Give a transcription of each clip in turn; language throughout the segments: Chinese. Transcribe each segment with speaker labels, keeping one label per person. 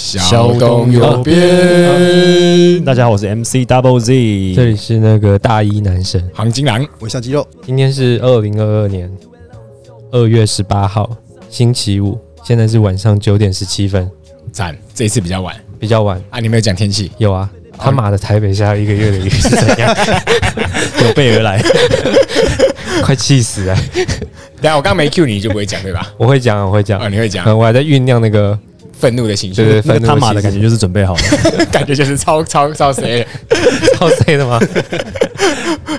Speaker 1: 小东有变，
Speaker 2: 大家好，我是 MC Double Z，
Speaker 3: 这里是那个大一男神，
Speaker 1: 行金狼
Speaker 4: 我像肌肉，
Speaker 3: 今天是二零二二年二月十八号，星期五，现在是晚上九点十七分，
Speaker 1: 赞，这一次比较晚
Speaker 3: 比较晚。
Speaker 1: 啊！你没有讲天气，
Speaker 3: 有啊，他妈的台北下一个月的雨是怎 样？
Speaker 2: 有备而来。
Speaker 3: 快气死了！
Speaker 1: 等一下我刚没 Q 你，你就不会讲对 吧？
Speaker 3: 我会讲，我会讲
Speaker 1: 啊，，你会讲
Speaker 3: 嗯，我还在酝酿那个，
Speaker 1: 愤怒的情绪，
Speaker 2: 那
Speaker 3: 对对，
Speaker 2: 个
Speaker 3: 愤怒
Speaker 2: 他妈的感觉就是准备好了，
Speaker 1: 感觉就是超超超谁？
Speaker 3: 超 C 的吗？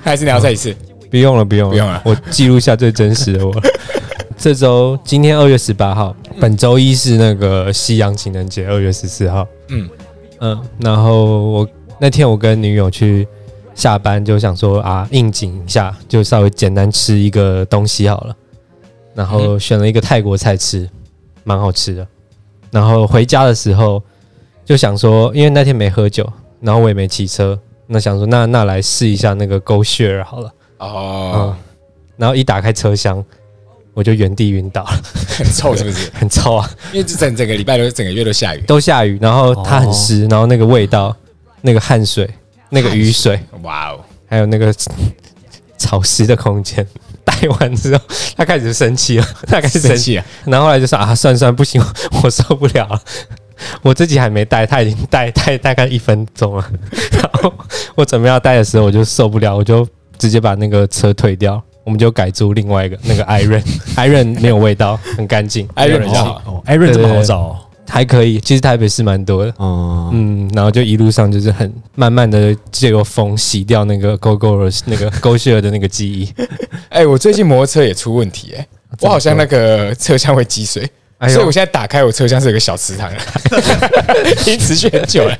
Speaker 1: 还是你要再一次？
Speaker 3: 不用了，不用了，
Speaker 1: 不用了
Speaker 3: 我记录下最真实 的我。这周今天二月十八号，
Speaker 1: 嗯
Speaker 3: 本周一是那个西洋情人节，二月十四号。
Speaker 1: 嗯
Speaker 3: 嗯，然后我那天我跟女友去下班，就想说啊，应景一下，就稍微简单吃一个东西好了。然后选了一个泰国菜吃，蛮好吃的。然后回家的时候就想说，因为那天没喝酒，然后我也没骑车，那想说那那来试一下那个 Go Share 好了。
Speaker 1: 哦
Speaker 3: 嗯，，然后一打开车厢，我就原地晕倒了，
Speaker 1: 很臭是不是？
Speaker 3: 很臭啊，
Speaker 1: 因为这整整个礼拜都整个月都下雨，
Speaker 3: 都下雨，然后它很湿，然后那个味道，那个汗水，那个雨水，
Speaker 1: 哇哦！
Speaker 3: 还有那个 潮湿的空间。 戴完之后，他开始生气了，他开始生
Speaker 1: 生
Speaker 3: 气，
Speaker 1: 气啊！
Speaker 3: 然后后来就说啊，算算不行， 我受不了了。我自己还没戴，他已经戴戴大概一分钟了。 然后我准备要戴的时候，我就受不了，我就直接把那个车退掉，我们就改租另外一个那个 Iron，Iron 没有味道，很干净
Speaker 1: Iron
Speaker 3: 没有人
Speaker 1: 比较好
Speaker 3: 气
Speaker 2: 哦，艾润这么好找
Speaker 3: 还可以。其实台北市蛮多的，
Speaker 2: 哦，
Speaker 3: 嗯，然后就一路上就是很慢慢的借由风洗掉那个 Go Go 的那个 Go Share 的那个记忆。
Speaker 1: 哎，我最近摩托车也出问题哎，我好像那个车厢会积水。
Speaker 3: 哎
Speaker 1: 所以
Speaker 3: 呦
Speaker 1: 我，现在打开我车厢是有个小池塘的，已经持续很久了，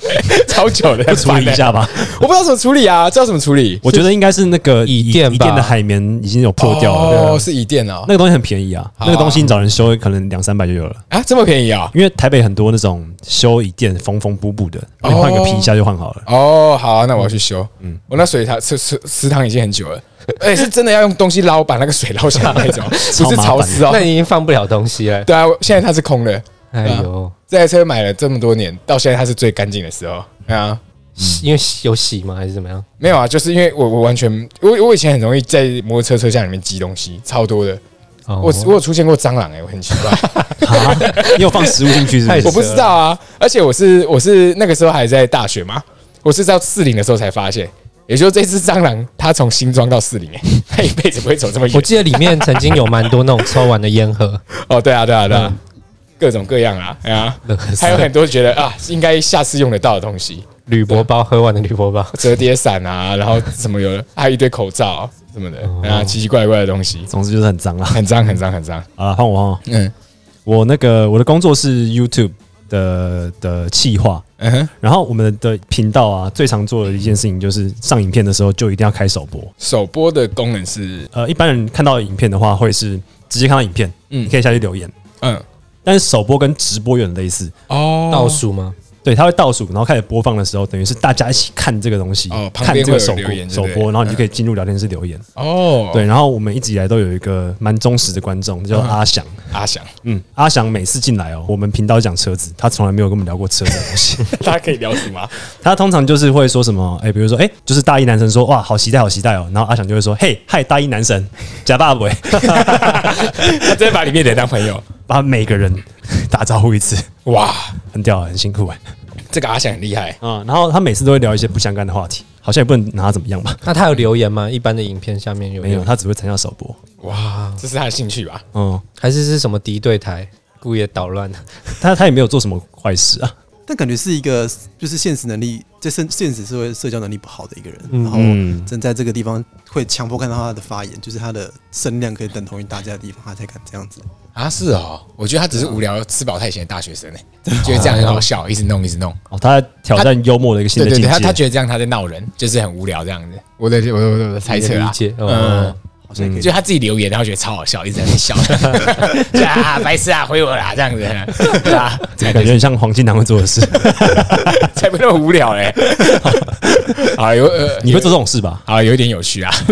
Speaker 1: 超久的，
Speaker 2: 不处理
Speaker 1: 很烦
Speaker 2: 一
Speaker 1: 的
Speaker 2: 下吧？
Speaker 1: 我不知道怎么处理啊，知道怎么处理？
Speaker 2: 我觉得应该是那个
Speaker 3: 椅
Speaker 2: 椅
Speaker 3: 垫吧
Speaker 2: 椅垫的海绵已经有破掉了，
Speaker 1: 哦，是椅垫哦，
Speaker 2: 那个东西很便宜啊，
Speaker 1: 好
Speaker 2: 那个东西你找人修可能两三百就有了。
Speaker 1: 啊，这么便宜啊？
Speaker 2: 因为台北很多那种修椅垫缝缝补补的，你换个皮一下就换 好了。
Speaker 1: 哦，好啊、那我要去修。嗯，我那水塘池池池塘已经很久了， 而且是真的要用东西捞把那个水捞起来那种，不是潮湿
Speaker 3: 那
Speaker 1: 哦。
Speaker 3: 你已经放不了东西了。
Speaker 1: 对啊，我现在它是空的。
Speaker 3: 哎呦，
Speaker 1: 这台车买了这么多年，到现在它是最干净的时候。对啊，
Speaker 3: 洗因为有洗吗？还是怎么样？
Speaker 1: 没有啊，就是因为我我完全我我以前很容易在摩托车车厢里面积东西，超多的。
Speaker 3: 哦
Speaker 1: 我我有出现过蟑螂哎、我很奇怪。
Speaker 2: 啊你有放食物进去是不
Speaker 3: 太
Speaker 2: 是
Speaker 3: 扯
Speaker 1: 我？不知道啊，而且我是我是那个时候还在大学嘛，我是到四零的时候才发现，也就是这只蟑螂它从新庄到四零、欸， 它一辈子不会走这么
Speaker 3: 我
Speaker 1: 远。
Speaker 3: 记得里面曾经有蛮多那种抽完的烟盒，
Speaker 1: 哦，对啊，对啊，对啊，各种各样啊，哎呀，还有很多觉得啊，应该下次用得到的东西，
Speaker 3: 铝箔包喝完的铝箔包，
Speaker 1: 折叠伞啊，然后什么有的，还有一堆口罩什么的，啊，奇奇怪怪的东西，
Speaker 2: 总之就是很脏啦。啊
Speaker 1: 很脏，很脏，很脏。
Speaker 2: 好了，换我哦。
Speaker 1: 嗯
Speaker 2: 我那个我的工作是 YouTube 的的企划，
Speaker 1: 嗯哼，
Speaker 2: 然后我们的频道啊，最常做的一件事情就是上影片的时候就一定要开首播。
Speaker 1: 首播的功能是
Speaker 2: 呃，一般人看到影片的话，会是直接看到影片，
Speaker 1: 嗯
Speaker 2: 你可以下去留言。
Speaker 1: 嗯
Speaker 2: 但是首播跟直播有点类似，
Speaker 1: 哦
Speaker 3: 倒数吗？
Speaker 2: 对，它会倒数，然后开始播放的时候，等于是大家一起看这个东西，
Speaker 1: 哦旁
Speaker 2: 看
Speaker 1: 边
Speaker 2: 这
Speaker 1: 会有
Speaker 2: 个首播
Speaker 1: 留言就
Speaker 2: 首
Speaker 1: 对
Speaker 2: 播，然后你就可以进入聊天室留言。
Speaker 1: 哦，
Speaker 2: 对，然后我们一直以来都有一个蛮忠实的观众，
Speaker 1: 嗯
Speaker 2: 叫阿翔。
Speaker 1: 阿翔，
Speaker 2: 嗯，阿翔每次进来哦，我们频道讲车子，他从来没有跟我们聊过车子的东西。
Speaker 1: 大家可以聊什么？
Speaker 2: 他通常就是会说什么，哎、比如说，哎、就是大一男神说，哇，好期待，好期待哦。然后阿翔就会说，嘿，嗨，大一男神，假爸爸，
Speaker 1: 他真的把里面的人当朋友。
Speaker 2: 把每个人打招呼一次，
Speaker 1: 哇，
Speaker 2: 很屌，很辛苦哎。
Speaker 1: 这个阿翔很厉害，
Speaker 2: 啊、然后他每次都会聊一些不相干的话题，好像也不能拿他怎么样吧？
Speaker 3: 那他有留言吗？一般的影片下面有
Speaker 2: 没有，，他只会参加首播。
Speaker 1: 哇，这是他的兴趣吧？
Speaker 2: 嗯，
Speaker 3: 还是是什么敌对台故意的捣乱？
Speaker 2: 他他也没有做什么坏事啊。
Speaker 4: 但感觉是一个就是现实能力，在现现实社会社交能力不好的一个人，然后
Speaker 2: 嗯
Speaker 4: 正在这个地方会强迫看到他的发言，就是他的声量可以等同于大家的地方，他才敢这样子。
Speaker 1: 啊，是哦，我觉得他只是无聊吃饱太闲的大学生呢，欸觉得这样很好笑，一直弄一直弄。
Speaker 2: 哦，他在挑战幽默的一个新
Speaker 1: 对
Speaker 2: 的
Speaker 1: 对
Speaker 2: 境界。
Speaker 1: 对，他他觉得这样他在闹人，就是很无聊这样子。我的我的我的我的猜测
Speaker 3: 理
Speaker 1: 啊，
Speaker 3: 解，
Speaker 1: 嗯
Speaker 3: 嗯，，
Speaker 4: 好像也可以
Speaker 1: 就他自己留言，然后觉得超好笑，一直在那边笑， 就啊白痴啊回我啦这样子，对 啊，
Speaker 2: 感觉很像黄金堂会 做的事。
Speaker 1: 才不那么无聊 嘞。啊有呃
Speaker 2: 你会做这种事吧？
Speaker 1: 啊，有一点有趣啊。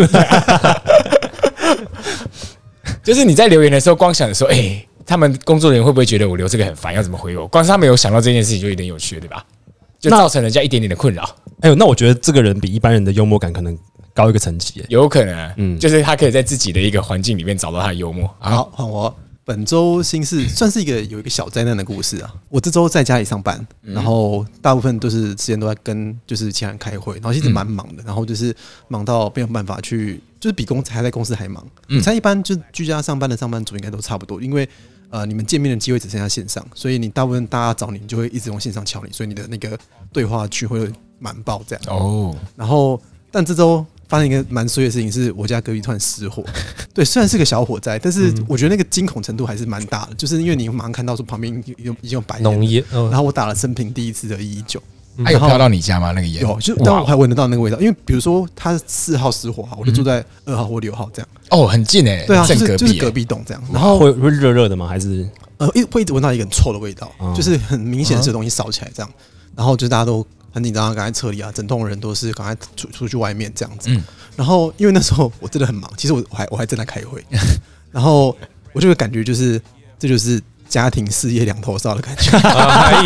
Speaker 1: 就是你在留言的时候，光想着说，哎、他们工作人员会不会觉得我留这个很烦，要怎么回我？光是他们有想到这件事情就有点有趣了，对吧？就
Speaker 2: 那
Speaker 1: 造成人家一点点的困扰，
Speaker 2: 哎呦，那我觉得这个人比一般人的幽默感可能高一个层级耶。
Speaker 1: 有可能，
Speaker 2: 嗯
Speaker 1: 嗯，就是他可以在自己的一个环境里面找到他的幽默啊。
Speaker 4: 好，换我。本周新事算是一个有一个小灾难的故事啊。我这周在家里上班，然后大部分都是时间都在跟就是其他人开会，然后其实蛮忙的，然后就是忙到没有办法去，就是比公司还在公司还忙。我猜一般就居家上班的上班族应该都差不多，因为呃你们见面的机会只剩下线上，所以你大部分大家找你，你就会一直用线上敲你，所以你的那个对话区会满爆这样。
Speaker 1: 哦，
Speaker 4: 然后，但这周发生一个蛮衰的事情，是我家隔壁突然失 火。对，虽然是个小火灾，
Speaker 1: 嗯
Speaker 4: 但是我觉得那个惊恐程度还是蛮大的，就是因为你马上看到说旁边有有已经有白
Speaker 3: 浓
Speaker 4: 烟，
Speaker 3: 烟，嗯
Speaker 4: 然后我打了生平第一次的一一九，
Speaker 1: 他有飘到你家吗？那个烟
Speaker 4: 有，就
Speaker 1: 嗯哇
Speaker 4: 但我还闻得到那个味道，因为比如说他四号失火啊，我就住在二号或六号这样，
Speaker 1: 哦，很近嗯哎，
Speaker 4: 对啊，就
Speaker 1: 正
Speaker 4: 是
Speaker 1: 隔
Speaker 4: 就是
Speaker 1: 壁
Speaker 4: 隔
Speaker 1: 欸，
Speaker 4: 壁栋这样，然
Speaker 2: 然
Speaker 4: 后
Speaker 2: 后会会热热的吗？还是
Speaker 4: 呃一会一直闻到一个很臭的味道，
Speaker 2: 嗯
Speaker 4: 就是很明显是有东西烧起来这样，然后就大家都很紧张，赶快撤离啊，整栋人都是赶快出出去外面这样子。
Speaker 1: 嗯
Speaker 4: 然后因为那时候我真的很忙，其实我我还我还正在开会，然后我就会感觉就是这就是家庭事业两头烧的 感觉，
Speaker 2: 哎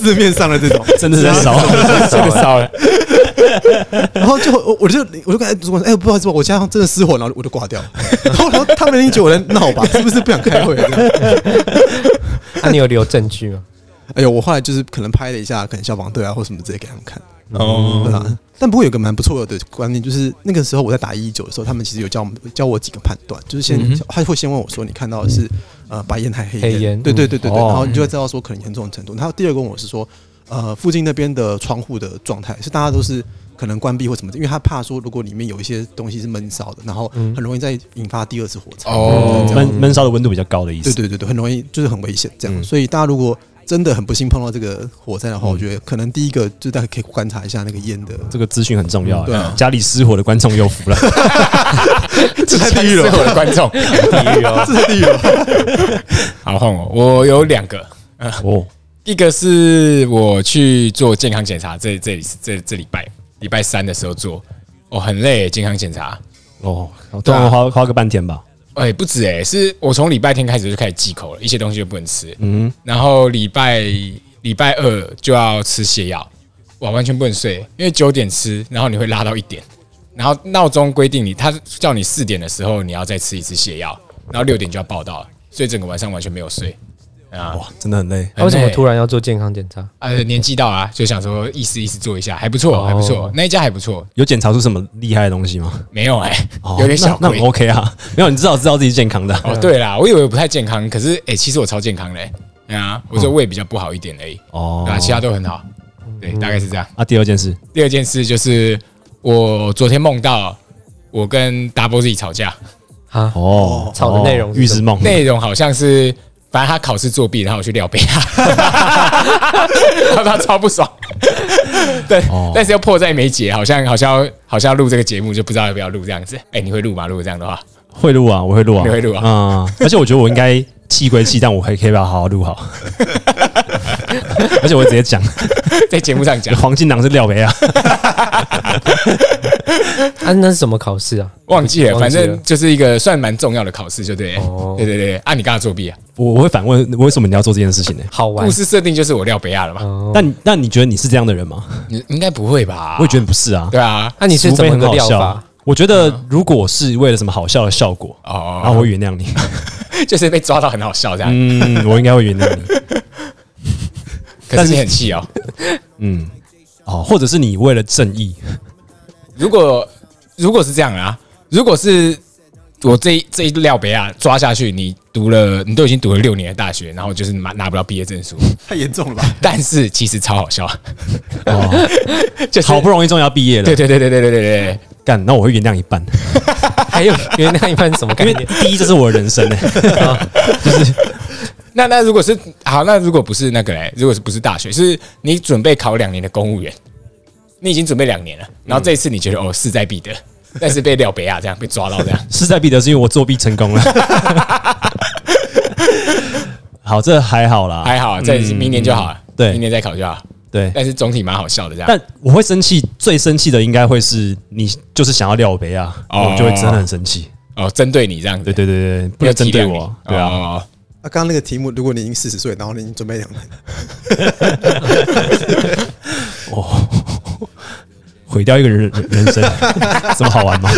Speaker 4: 字面上的这种。
Speaker 2: 呦，真的在烧，
Speaker 1: 这个烧了，
Speaker 4: 然后就我我就我就跟主管说，哎、不好意思，我家真的失火，然后我就挂掉了。然后然后他们一定觉得我在闹吧，是不是不想开会了？这样
Speaker 3: 那啊你有留证据吗？
Speaker 4: 哎呦，我后来就是可能拍了一下，可能消防队啊或什么之类给他们看。对
Speaker 1: 哦，
Speaker 4: 啊，但不过有个蛮不错的观念，就是那个时候我在打一一九的时候，他们其实有教我们教我几个判断，就是先、
Speaker 1: 嗯哼
Speaker 4: 他会先问我说你看到的是呃白烟还是黑
Speaker 3: 黑烟
Speaker 4: 对对对对对，
Speaker 3: 嗯哦
Speaker 4: 然后你就会知道说可能严重的程度。然后第二个问我是说呃附近那边的窗户的状态是大家都是可能关闭或什么的，因为他怕说如果里面有一些东西是闷烧的，然后很容易再引发第二次火灾。
Speaker 1: 哦
Speaker 4: 这样
Speaker 2: 闷闷烧的温度比较高的意
Speaker 4: 对
Speaker 2: 思。
Speaker 4: 对对对，很容易就是很危险这样。所以大家如果真的很不幸碰到这个火灾的话，我觉得可能第一个就大家可以观察一下那个烟的
Speaker 2: 这个资讯很重要、
Speaker 4: 对啊
Speaker 2: 家里失火的观众有福了。
Speaker 1: 这太地狱了，我的观 众，地狱哦，这是地狱。 好，换我，我有两个，
Speaker 2: 哦，
Speaker 1: 一个是我去做健康检查，这这里是这这礼拜礼拜三的时候做，哦，很累，健康检查，
Speaker 2: 哦，通常花花个半天吧。
Speaker 1: 哎、不止哎、是我从礼拜天开始就开始忌口了，一些东西就不能吃，
Speaker 2: 嗯，
Speaker 1: 然后礼拜礼拜二就要吃泻药，哇，完全不能睡，因为九点吃，然后你会拉到一点，然后闹钟规定你，他叫你四点的时候你要再吃一次泻药，然后六点就要报到了，所以整个晚上完全没有睡啊。
Speaker 2: 哇，真的很累。
Speaker 1: 很
Speaker 3: 为什么
Speaker 1: 累
Speaker 3: 突然要做健康检查？
Speaker 1: 呃，年纪到了、啊，就想说意思意思做一下，还不错，
Speaker 3: 哦
Speaker 1: 还不错，那一家还不错，
Speaker 2: 有检查出什么厉害的东西吗？
Speaker 1: 没有哎、
Speaker 2: 哦
Speaker 1: 有点小
Speaker 2: 那那嗯很
Speaker 1: 亏。
Speaker 2: OK 啊。没有，你至少知道自己健康的。
Speaker 1: 哦，对啦，我以为我不太健康，可是哎、其实我超健康嘞、对啊，我就胃比较不好一点而已，
Speaker 2: 哦
Speaker 1: 对啊，其他都很好，对，大概是这样。
Speaker 2: 啊，第二件事，
Speaker 1: 第二件事就是我昨天梦到我跟 Double Z 吵架，
Speaker 3: 啊，
Speaker 2: 哦，
Speaker 3: 吵的内容是
Speaker 2: 预
Speaker 3: 什
Speaker 2: 知
Speaker 3: 么
Speaker 2: 梦。
Speaker 1: 内容好像是反正他考试作弊，然后我去撩拨他，然 后他超不爽。对，
Speaker 2: 哦
Speaker 1: 但是又迫在眉睫，好像好像要好像要录这个节目，就不知道要不要录这样子。哎、你会录吗？如果这样的话，
Speaker 2: 会录啊，我会录啊，
Speaker 1: 你会录啊
Speaker 2: 嗯，而且我觉得我应该气归气，但我还可以把它好好录好。而且我会直接讲，，
Speaker 1: 在节目上讲
Speaker 2: 黄金狼是廖维啊，
Speaker 3: 啊，那是什么考试啊？
Speaker 1: 忘记了，
Speaker 3: 忘
Speaker 1: 反
Speaker 3: 记了
Speaker 1: 正就是一个算蛮重要的考试，就对了。
Speaker 3: 哦
Speaker 1: 对对对，啊，你刚刚作弊啊？
Speaker 2: 我我会反问为什么你要做这件事情呢、
Speaker 3: 好玩
Speaker 1: 故事设定就是我撩贝亚了嘛？
Speaker 3: 哦。
Speaker 2: 但但你觉得你是这样的人吗？
Speaker 1: 你应该不会吧？
Speaker 2: 我也觉得不是啊。
Speaker 1: 对啊。
Speaker 3: 那你是
Speaker 2: 除
Speaker 3: 怎
Speaker 2: 非
Speaker 3: 么
Speaker 2: 很
Speaker 3: 个
Speaker 2: 好
Speaker 3: 料
Speaker 2: 笑啊
Speaker 3: 法？。
Speaker 2: 我觉得如果是为了什么好笑的效果，然后
Speaker 1: 哦，
Speaker 2: 我会原谅你。
Speaker 1: 就是被抓到很好笑这样，
Speaker 2: 嗯，我应该会原 谅你。
Speaker 1: 可是你很气哦。
Speaker 2: 嗯，哦，或者是你为了正义，
Speaker 1: 如果如果是这样啊，如果是我这一这一料北啊抓下去，你读了，你都已经读了六年的大学，然后就是拿拿不到毕业证 书，
Speaker 4: 太严重了吧？
Speaker 1: 但是其实超好笑，
Speaker 2: 哦，
Speaker 1: 就是
Speaker 2: 好不容易终于要毕业了
Speaker 1: 对，对对对对对对对，
Speaker 2: 干，那我会原谅一半，
Speaker 3: 还有原谅一般什么概
Speaker 2: 因为
Speaker 3: 念？
Speaker 2: 第一这是我的人 生呢、
Speaker 1: 那那如果是好，那如果不是那个嘞，如果是不是大学，是你准备考两年的公务员，你已经准备两年了，然后这一次你觉
Speaker 2: 嗯
Speaker 1: 得、哦势在必得，但是被廖北亚这样被抓到这 样，
Speaker 2: 势在必得，是因为我作弊成功 了。好，这还好啦，
Speaker 1: 还好啊，这明年就好了，
Speaker 2: 嗯对
Speaker 1: 明年再考就好，
Speaker 2: 对。
Speaker 1: 但是总体蛮好笑的这样。
Speaker 2: 但我会生气，最生气的应该会是你，就是想要撩我杯啊，
Speaker 1: 哦
Speaker 2: 我就会真的很生气。
Speaker 1: 哦，针对你这样子，
Speaker 2: 对对对对，不
Speaker 1: 没有
Speaker 2: 能
Speaker 1: 体
Speaker 2: 针对
Speaker 1: 谅
Speaker 2: 我，
Speaker 1: 你
Speaker 2: 对啊，
Speaker 1: 哦
Speaker 4: 啊，刚刚那个题目，如果你已经四十岁，然后你已经准备两年，
Speaker 2: 毁掉一个人 人人生，这么好玩吗？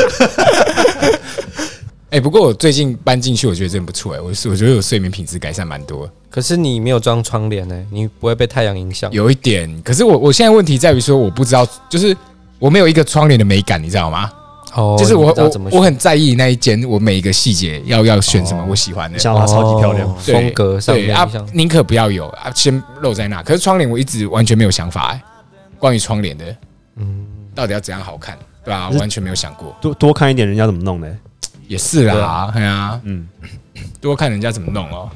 Speaker 1: 哎、不过我最近搬进去，我觉得真的不错哎、我是我觉得我睡眠品质改善蛮多的，
Speaker 3: 可是你没有装窗帘呢、你不会被太阳影响。
Speaker 1: 有一点。可是我我现在问题在于说，我不知道，就是我没有一个窗帘的美感，你知道吗？
Speaker 3: 哦，
Speaker 1: 就是我
Speaker 3: 你不知道怎么
Speaker 1: 我我很在意那一间，我每一个细节要要选什么
Speaker 2: 哦
Speaker 1: 我喜欢的。
Speaker 2: 想把它超级漂亮
Speaker 3: 哦，
Speaker 1: 对
Speaker 3: 风格上
Speaker 1: 对
Speaker 3: 面
Speaker 1: 啊
Speaker 3: 像，
Speaker 1: 宁可不要有啊，先露在那。可是窗帘我一直完全没有想法、欸，关于窗帘的，嗯，到底要怎样好看，对吧、啊？
Speaker 2: 是
Speaker 1: 完全没有想过，
Speaker 2: 多多看一点人家怎么弄的，
Speaker 1: 也是
Speaker 3: 对
Speaker 1: 啦，哎呀、啊，
Speaker 2: 嗯，
Speaker 1: 多看人家怎么弄哦。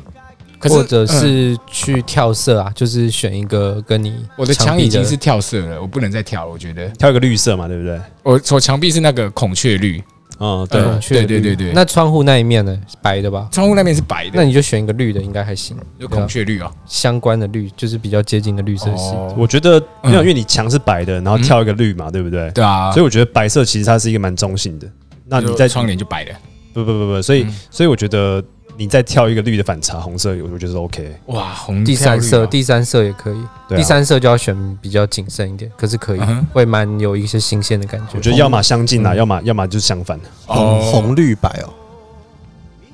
Speaker 1: 可是
Speaker 3: 或者
Speaker 1: 嗯
Speaker 3: 是去跳色啊，就是选一个跟你
Speaker 1: 我的墙
Speaker 3: 壁
Speaker 1: 已经是跳色了，我不能再跳了。我觉得
Speaker 2: 挑一个绿色嘛，对不对？
Speaker 1: 我我墙壁是那个孔雀绿，
Speaker 2: 嗯，
Speaker 3: 对
Speaker 2: 对，
Speaker 1: 嗯
Speaker 3: 确
Speaker 1: 对对
Speaker 3: 绿
Speaker 1: 对对
Speaker 3: 那窗户那一面呢，是白的吧？
Speaker 1: 窗户那边是白
Speaker 3: 那
Speaker 1: 的，
Speaker 3: 你就选一个绿的，应该还行。
Speaker 1: 有
Speaker 3: 对啊
Speaker 1: 孔雀绿哦。
Speaker 3: 相关的绿，就是比较接近的绿色系。
Speaker 1: 哦，
Speaker 2: 我觉得没有，
Speaker 1: 嗯
Speaker 2: 因为你墙是白的，然后跳一个绿嘛，对不对？
Speaker 1: 对啊，
Speaker 2: 所以我觉得白色其实它是一个蛮中性的。那你
Speaker 1: 就
Speaker 2: 在
Speaker 1: 窗帘就白的，
Speaker 2: 不不不不，所以
Speaker 1: 嗯
Speaker 2: 所以我觉得你再跳一个绿的反差，红色我我觉得是 OK。
Speaker 1: 哇，红啊
Speaker 3: 第三
Speaker 1: 色
Speaker 3: 色，第三色也可以，
Speaker 2: 对啊
Speaker 3: 第三色就要选比较谨慎一点，可是可以、
Speaker 1: 嗯哼
Speaker 3: 会蛮有一些新鲜的感觉。
Speaker 2: 我觉得要么相近
Speaker 1: 嗯
Speaker 2: 啊，要么要么就是相反。
Speaker 4: 红
Speaker 1: 哦
Speaker 4: 红绿白哦。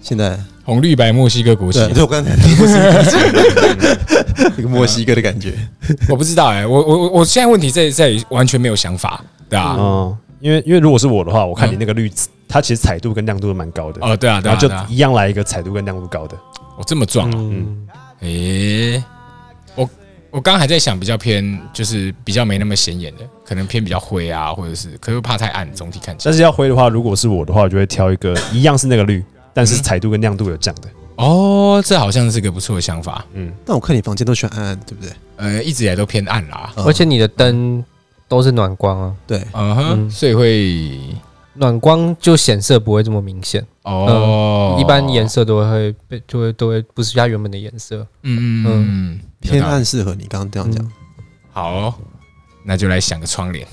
Speaker 4: 现在
Speaker 1: 红绿白墨西哥国旗
Speaker 4: 对，，对我刚才墨西 哥那个墨西哥的感觉，
Speaker 1: 我不知道哎，我我我我现在问题在在于完全没有想法，对啊，
Speaker 2: 嗯，因为因为如果是我的话，我看你那个绿，它其实彩度跟亮度都蛮高的，
Speaker 1: 哦对啊对
Speaker 2: 然
Speaker 1: 啊，
Speaker 2: 后就
Speaker 1: 对啊
Speaker 2: 一样来一个彩度跟亮度高的。
Speaker 1: 我这么壮啊，
Speaker 3: 嗯，
Speaker 1: 诶，我我刚还在想比较偏就是比较没那么显眼的，可能偏比较灰啊，或者是可是又怕太暗，总体看起来
Speaker 2: 但是要灰的话，如果是我的话，我就会挑一个一样是那个绿，但是彩度跟亮度有降的。
Speaker 1: 哦，这好像是个不错的想法，
Speaker 4: 但我看你房间都喜欢暗暗，对不对？
Speaker 1: 呃，一直以来都偏暗啦。
Speaker 4: 嗯
Speaker 3: 而且你的灯都是暖光啊，
Speaker 4: 对，
Speaker 1: 嗯哼，
Speaker 3: 嗯
Speaker 1: 所以会
Speaker 3: 暖光就显色不会这么明显，
Speaker 1: 哦，
Speaker 3: 一般颜，色都会被就会都会不是它原本的颜色。
Speaker 1: 嗯嗯嗯，有
Speaker 4: 偏
Speaker 1: 道理
Speaker 4: 暗适合你刚刚这样讲。
Speaker 1: 好哦、那就来想个窗帘。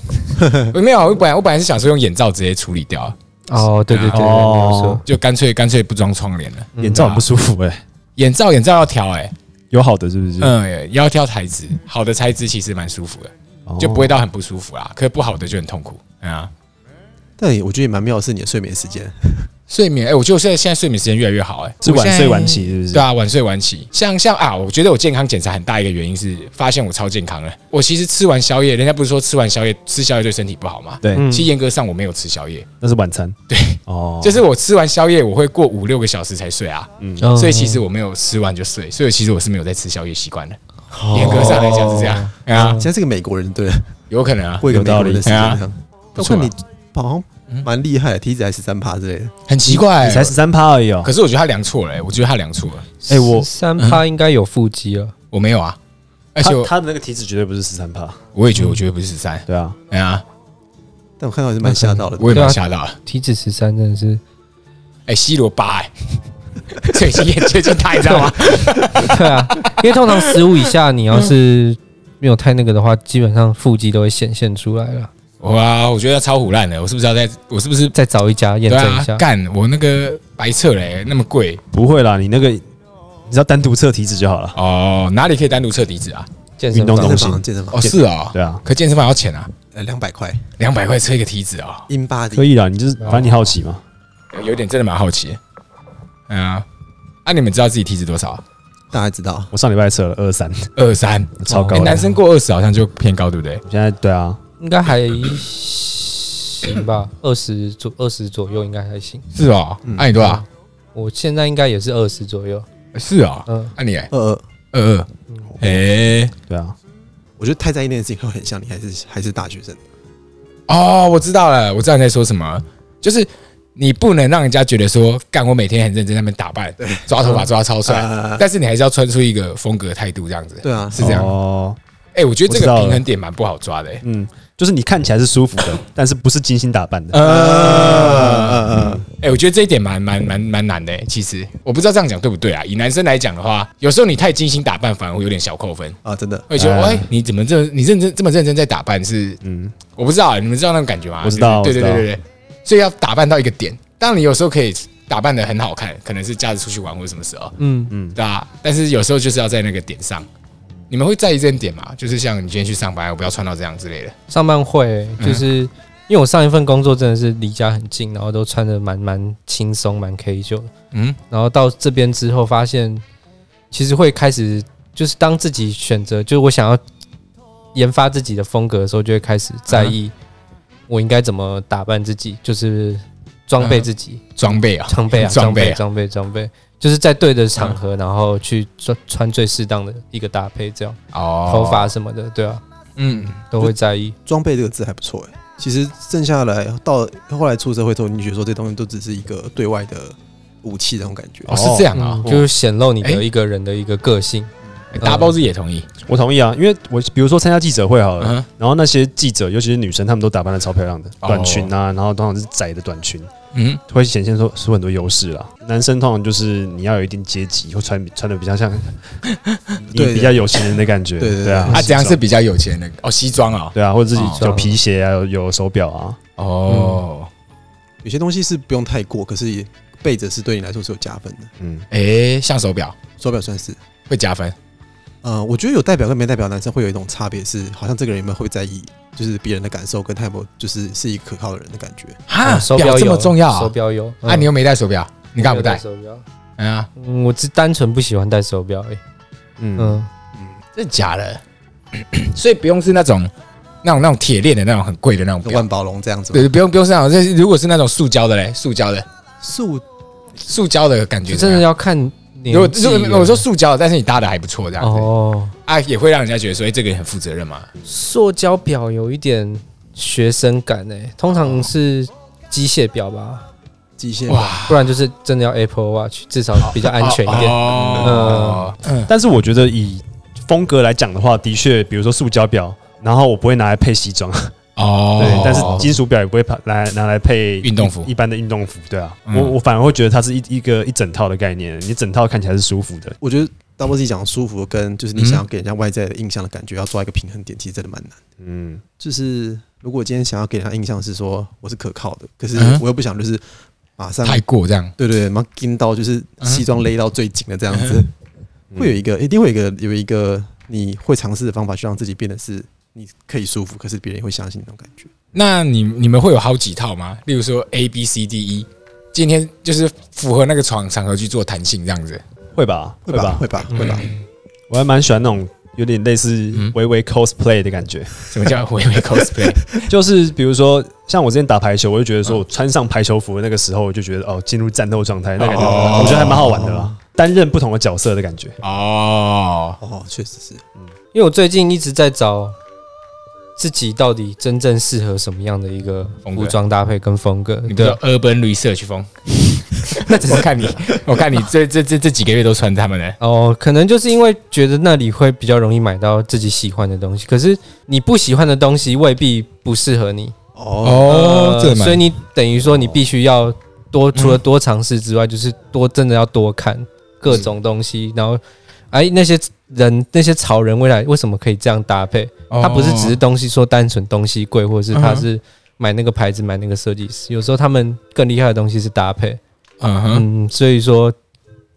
Speaker 1: 没有，我本来我本来是想说用眼罩直接处理掉，啊
Speaker 3: 哦，对对对，对没有
Speaker 2: 哦
Speaker 3: 错，
Speaker 1: 就干脆干脆不装窗帘了。
Speaker 3: 嗯
Speaker 2: 眼罩很不舒服哎、
Speaker 1: 眼罩眼罩要挑哎、
Speaker 2: 有好的是不是？
Speaker 1: 嗯，要挑材质，好的材质其实蛮舒服的，
Speaker 2: 哦
Speaker 1: 就不会到很不舒服啦。可是不好的就很痛苦。嗯啊，
Speaker 4: 但也我觉得也蛮妙的是你的睡眠时间，
Speaker 1: 睡眠哎、我觉得我现在现在睡眠时间越来越好哎、
Speaker 2: 是
Speaker 1: 我现
Speaker 2: 晚
Speaker 1: 在
Speaker 2: 睡晚起是不是？
Speaker 1: 对啊，晚睡晚起，像像啊，我觉得我健康检查很大一个原因是发现我超健康了。我其实吃完宵夜，人家不是说吃完宵夜吃宵夜对身体不好吗？
Speaker 2: 对，
Speaker 3: 嗯
Speaker 1: 其实严格上我没有吃宵夜，
Speaker 2: 那是晚餐。对，哦，
Speaker 1: 就是我吃完宵夜我会过五六个小时才睡啊，
Speaker 3: 嗯
Speaker 1: 所以其实我没有吃完就睡，所以其实我是没有在吃宵夜习惯的。
Speaker 4: 哦
Speaker 1: 严格上来讲是这
Speaker 2: 哦
Speaker 1: 样，对啊，
Speaker 4: 现在是个美国人对，
Speaker 1: 有可能啊，
Speaker 4: 过一个
Speaker 2: 有
Speaker 4: 美
Speaker 2: 道
Speaker 4: 国
Speaker 2: 理
Speaker 4: 人的时间
Speaker 1: 哎呀
Speaker 4: 这样。
Speaker 1: 不
Speaker 4: 我
Speaker 1: 错啊
Speaker 4: 看你好像蛮厉害的，体脂还十三趴之类的。
Speaker 1: 很奇怪
Speaker 2: 你才
Speaker 1: 欸。
Speaker 2: 十三趴而已哦
Speaker 1: 可。是我觉得他量错了欸，我觉得他量错了，
Speaker 2: 哎、我
Speaker 3: 三趴应该有腹肌了，
Speaker 1: 我没有啊，而且
Speaker 2: 他
Speaker 1: 我
Speaker 2: 他的那个体脂绝对不是十三趴，
Speaker 1: 我也觉得我觉得不是十三，
Speaker 2: 对啊，
Speaker 1: 哎呀，
Speaker 4: 但我看到也是蛮吓到的。
Speaker 1: 我也蛮吓到了。
Speaker 3: 体脂十三真的是，
Speaker 1: 哎，C 罗八哎，最近也接近他，你知道吗？
Speaker 3: 对啊，因为通常十五以下，你要是没有太那个的话，基本上腹肌都会显现出来了。
Speaker 1: 哇，我觉得超虎烂的，我是不是要再我是不是
Speaker 3: 再找一家验
Speaker 1: 对
Speaker 3: 证一
Speaker 1: 啊
Speaker 3: 下？
Speaker 1: 干我那个白测嘞那么贵
Speaker 2: 不会啦，你那个你只要单独测体脂就好了。
Speaker 1: 哦，哪里可以单独测体脂啊？
Speaker 3: 健身
Speaker 2: 运动
Speaker 3: 房
Speaker 2: 懂
Speaker 4: 健
Speaker 2: 东
Speaker 4: 身
Speaker 2: 西
Speaker 4: 房，健身
Speaker 1: 哦
Speaker 4: 房，
Speaker 1: 是哦，
Speaker 2: 对啊，
Speaker 1: 可健身房要钱啊，
Speaker 4: 呃，两百块，
Speaker 1: 两百块测一个体脂啊，
Speaker 4: 英巴
Speaker 2: 可
Speaker 4: 迪。
Speaker 2: 以啦，你就是反正你好奇嘛。
Speaker 1: 有点真的蛮好奇的。嗯啊，啊你们知道自己体脂多少啊？
Speaker 4: 大家知道，
Speaker 2: 我上礼拜测了二三，
Speaker 1: 二三，
Speaker 2: 超高
Speaker 1: 哎
Speaker 2: 的。
Speaker 1: 男生过二十好像就偏高，对不对？
Speaker 2: 现在对啊，
Speaker 3: 应该还行吧，二十左二十左右应该还行。
Speaker 1: 是哦，那你多少？
Speaker 3: 我现在应该也是二十左右，
Speaker 1: 是哦，
Speaker 3: 嗯，
Speaker 1: 那你
Speaker 4: 呃，呃
Speaker 1: 二二，哎，
Speaker 2: 对啊，
Speaker 4: 我觉得太在意那件事情会很像你，还是还是大学生。
Speaker 1: 哦，我知道了，我知道你在说什么，就是你不能让人家觉得说，干我每天很认真在那边打扮，抓头发抓超帅，
Speaker 4: 呃，
Speaker 1: 但是你还是要穿出一个风格态度这样子。
Speaker 4: 对啊，
Speaker 1: 是这样
Speaker 2: 哦，
Speaker 1: 哎，我觉得这
Speaker 2: 我知道
Speaker 1: 个
Speaker 2: 了
Speaker 1: 平衡点蛮不好抓的。哎
Speaker 2: 嗯，就是你看起来是舒服的，但是不是精心打扮的。
Speaker 1: 呃，
Speaker 4: 呃呃，
Speaker 1: 哎，我觉得这一点蛮蛮蛮蛮难的。哎其实我不知道这样讲对不对啊？以男生来讲的话，有时候你太精心打扮，反而会有点小扣分。
Speaker 4: 啊，真的，
Speaker 1: 会觉得，
Speaker 2: 哎
Speaker 1: 哎、你怎么这你认真这么认真在打扮是？嗯，我不知道，你们知道那种感觉吗？
Speaker 2: 我知道
Speaker 1: 就是对
Speaker 2: 我
Speaker 1: 对
Speaker 2: 知道
Speaker 1: 对对对，所以要打扮到一个点，当然，你有时候可以打扮的很好看，可能是假日出去玩或者什么时候，
Speaker 3: 嗯，
Speaker 1: 对吧、但是有时候就是要在那个点上，你们会在意这点吗？就是像你今天去上班，我不要穿到这样之类的。
Speaker 3: 上班会就是、因为我上一份工作真的是离家很近，然后都穿的蛮蛮轻松，蛮 K 就，
Speaker 1: 嗯，
Speaker 3: 然后到这边之后发现，其实会开始就是当自己选择，就是我想要研发自己的风格的时候，就会开始在意
Speaker 1: 嗯
Speaker 3: 我应该怎么打扮自己，就是装备自己。
Speaker 1: 装备啊，
Speaker 3: 装备啊，
Speaker 1: 装
Speaker 3: 装
Speaker 1: 备
Speaker 3: 备，
Speaker 1: 啊，嗯
Speaker 3: 装备，装备，就是在对的场合，然后去穿穿最适当的一个搭配，这样
Speaker 1: 哦，
Speaker 3: 头发，什么的，对啊，
Speaker 1: 嗯，
Speaker 3: 都会在意。
Speaker 4: 装备这个字还不错哎、其实剩下来到后来出社会之后，你觉得说这东西都只是一个对外的武器那种感觉。
Speaker 1: 哦，是这样啊
Speaker 3: 嗯，就是显露你的一个人的一个个性，
Speaker 1: 哎大包子也同意，
Speaker 2: 我同意啊，因为我比如说参加记者会好了，
Speaker 1: 嗯，
Speaker 2: 然后那些记者，尤其是女生，她们都打扮的超漂亮的，
Speaker 1: 哦
Speaker 2: 短裙啊，然后通常是窄的短裙，
Speaker 1: 嗯，
Speaker 2: 会显现出出很多优势啦。男生通常就是你要有一定阶级，会穿穿的比较像你
Speaker 4: 对
Speaker 2: 比较有钱人的感觉，
Speaker 4: 对对对
Speaker 2: 对啊，
Speaker 1: 啊，
Speaker 2: 西
Speaker 1: 怎
Speaker 2: 装
Speaker 1: 样是比较有钱的？哦，西装啊，
Speaker 2: 对啊，或者自己
Speaker 1: 哦
Speaker 2: 有皮鞋啊，有有手表啊，
Speaker 1: 哦，
Speaker 4: 有些东西是不用太过，可是也备着是对你来说是有加分的。
Speaker 2: 嗯，
Speaker 1: 哎，像手表
Speaker 4: 手表算是，
Speaker 1: 会加分，
Speaker 4: 呃，我觉得有代表跟没代表，男生会有一种差别是，好像这个人有没有会在意，就是别人的感受，跟他有没有就是是一个可靠的人的感觉。
Speaker 1: 哈
Speaker 3: 嗯手
Speaker 1: 哎啊表
Speaker 3: 表
Speaker 1: 这么
Speaker 3: 有
Speaker 1: 重要
Speaker 3: 手
Speaker 1: 啊？
Speaker 3: 表有嗯
Speaker 1: 啊，你又没戴手表，你干嘛不戴？
Speaker 3: 手表？
Speaker 1: 嗯啊，
Speaker 3: 嗯，我只单纯不喜欢戴手表而已，
Speaker 2: 嗯
Speaker 3: 嗯，
Speaker 1: 真的假的？ 所以不用是那种那种那种铁链的那种很贵的那种表
Speaker 4: 万，宝龙这样子吗，
Speaker 1: 对，不用不用是那种，这如果是那种塑胶的嘞，塑胶的，
Speaker 4: 塑
Speaker 1: 塑胶的感觉
Speaker 3: 就真的
Speaker 1: 怎么样。
Speaker 3: 要看年纪
Speaker 1: 如果如
Speaker 3: 了
Speaker 1: 果我说塑胶的，但是你搭的还不错，这样子、
Speaker 3: 哦，
Speaker 1: 啊，也会让人家觉得说，哎、这个人很负责任嘛。
Speaker 3: 塑胶表有一点学生感诶，通常是机械表吧，
Speaker 4: 机械
Speaker 1: 哇
Speaker 3: 不然就是真的要 Apple Watch，至少比较安全一点。
Speaker 1: 哦，嗯，
Speaker 2: 但是我觉得以风格来讲的话，的确，比如说塑胶表，然后我不会拿来配西装，
Speaker 1: 哦，
Speaker 2: 对，但是金属表也不会拿来拿来配
Speaker 1: 运动服
Speaker 2: 一般的运动服，对啊，
Speaker 1: 嗯
Speaker 2: 我我反而会觉得它是一一个一整套的概念，你整套看起来是舒服的，
Speaker 4: 我觉得 double Z 讲舒服跟就是你想要给人家外在的印象的感觉，要抓一个平衡点，其实真的蛮难。
Speaker 2: 嗯，
Speaker 4: 就是如果今天想要给人家印象是说我是可靠的，可是
Speaker 1: 嗯
Speaker 4: 我又不想就是马上
Speaker 1: 太过这样，
Speaker 4: 对对，马上盯到就是西装勒到最紧的这样子，
Speaker 2: 嗯
Speaker 4: 会有一个一定会有一个有一个你会尝试的方法，去让自己变得是你可以舒服，可是别人也会相信那种感觉。
Speaker 1: 那你你们会有好几套吗？例如说 A B C D E，今天就是符合那个场场合去做弹性这样子。
Speaker 2: 会吧，
Speaker 4: 会吧，嗯会吧，会吧。
Speaker 2: 我还蛮喜欢那种有点类似
Speaker 1: 嗯
Speaker 2: 微微 cosplay 的感觉，
Speaker 1: 什么叫回味 cosplay？
Speaker 2: 就是比如说像我之前打排球，我就觉得
Speaker 1: 嗯
Speaker 2: 说我穿上排球服的那个时候，我就觉得哦，进入战斗状态，那感觉
Speaker 1: 哦
Speaker 2: 我觉得还蛮好玩的啦，担任不同的角色的感觉，
Speaker 1: 哦，
Speaker 4: 哦，确实是。
Speaker 3: 因为我最近一直在找自己到底真正适合什么样的一个
Speaker 1: 风格
Speaker 3: 服装搭配跟风格。
Speaker 1: 你不
Speaker 3: 对
Speaker 1: 叫
Speaker 3: 啊，
Speaker 1: urban research 风？ 那只是看你，我看你这这这这几个月都穿他们的。
Speaker 3: 哦，可能就是因为觉得那里会比较容易买到自己喜欢的东西，可是你不喜欢的东西未必不适合你。
Speaker 4: 哦，
Speaker 1: 哦，这
Speaker 3: 呃
Speaker 1: 蛮
Speaker 3: 所以你等于说你必须要多，除了多尝试之外，就是多真的要多看各种东西，然后哎，那些人那些潮人未来为什么可以这样搭配？
Speaker 1: 哦
Speaker 3: 他不是只是东西说单纯东西贵，或者是他是买那个牌子买那个设计师，有时候他们更厉害的东西是搭配，
Speaker 1: 嗯哼
Speaker 3: 嗯，所以说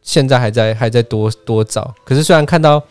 Speaker 3: 现在还在还在多多找，可是虽然看到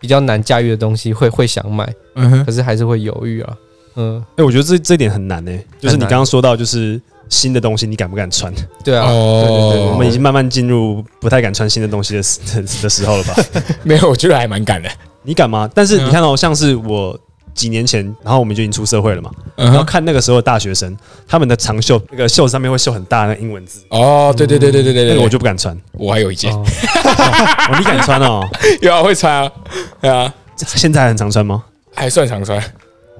Speaker 3: 比较难驾驭的东西会会想买，
Speaker 1: 嗯哼
Speaker 3: 可是还是会犹豫啊，嗯，
Speaker 2: 哎、我觉得这这点很难呢、就是你
Speaker 3: 很难
Speaker 2: 刚刚说到就是。新的东西你敢不敢穿？
Speaker 3: 对啊，
Speaker 1: 哦
Speaker 3: 对对对
Speaker 2: 我们已经慢慢进入不太敢穿新的东西的时的的时候 了吧？
Speaker 1: 没有，我觉得还蛮敢的。
Speaker 2: 你敢吗？但是
Speaker 1: 嗯
Speaker 2: 你看到、哦像是我几年前，然后我们就已经出社会了嘛，
Speaker 1: 嗯
Speaker 2: 然后
Speaker 1: 哼，
Speaker 2: 看那个时候的大学生，他们的长袖，那个袖子上面会绣很大的英文字，
Speaker 1: 哦，对对对对对对
Speaker 2: 那
Speaker 1: 对，
Speaker 2: 个我就不敢穿。
Speaker 1: 我还有一件，
Speaker 3: 哦
Speaker 2: 哦，你敢穿 哦？
Speaker 1: 有啊，会穿啊，对啊，
Speaker 2: 现在还很常穿吗？
Speaker 1: 还算常穿。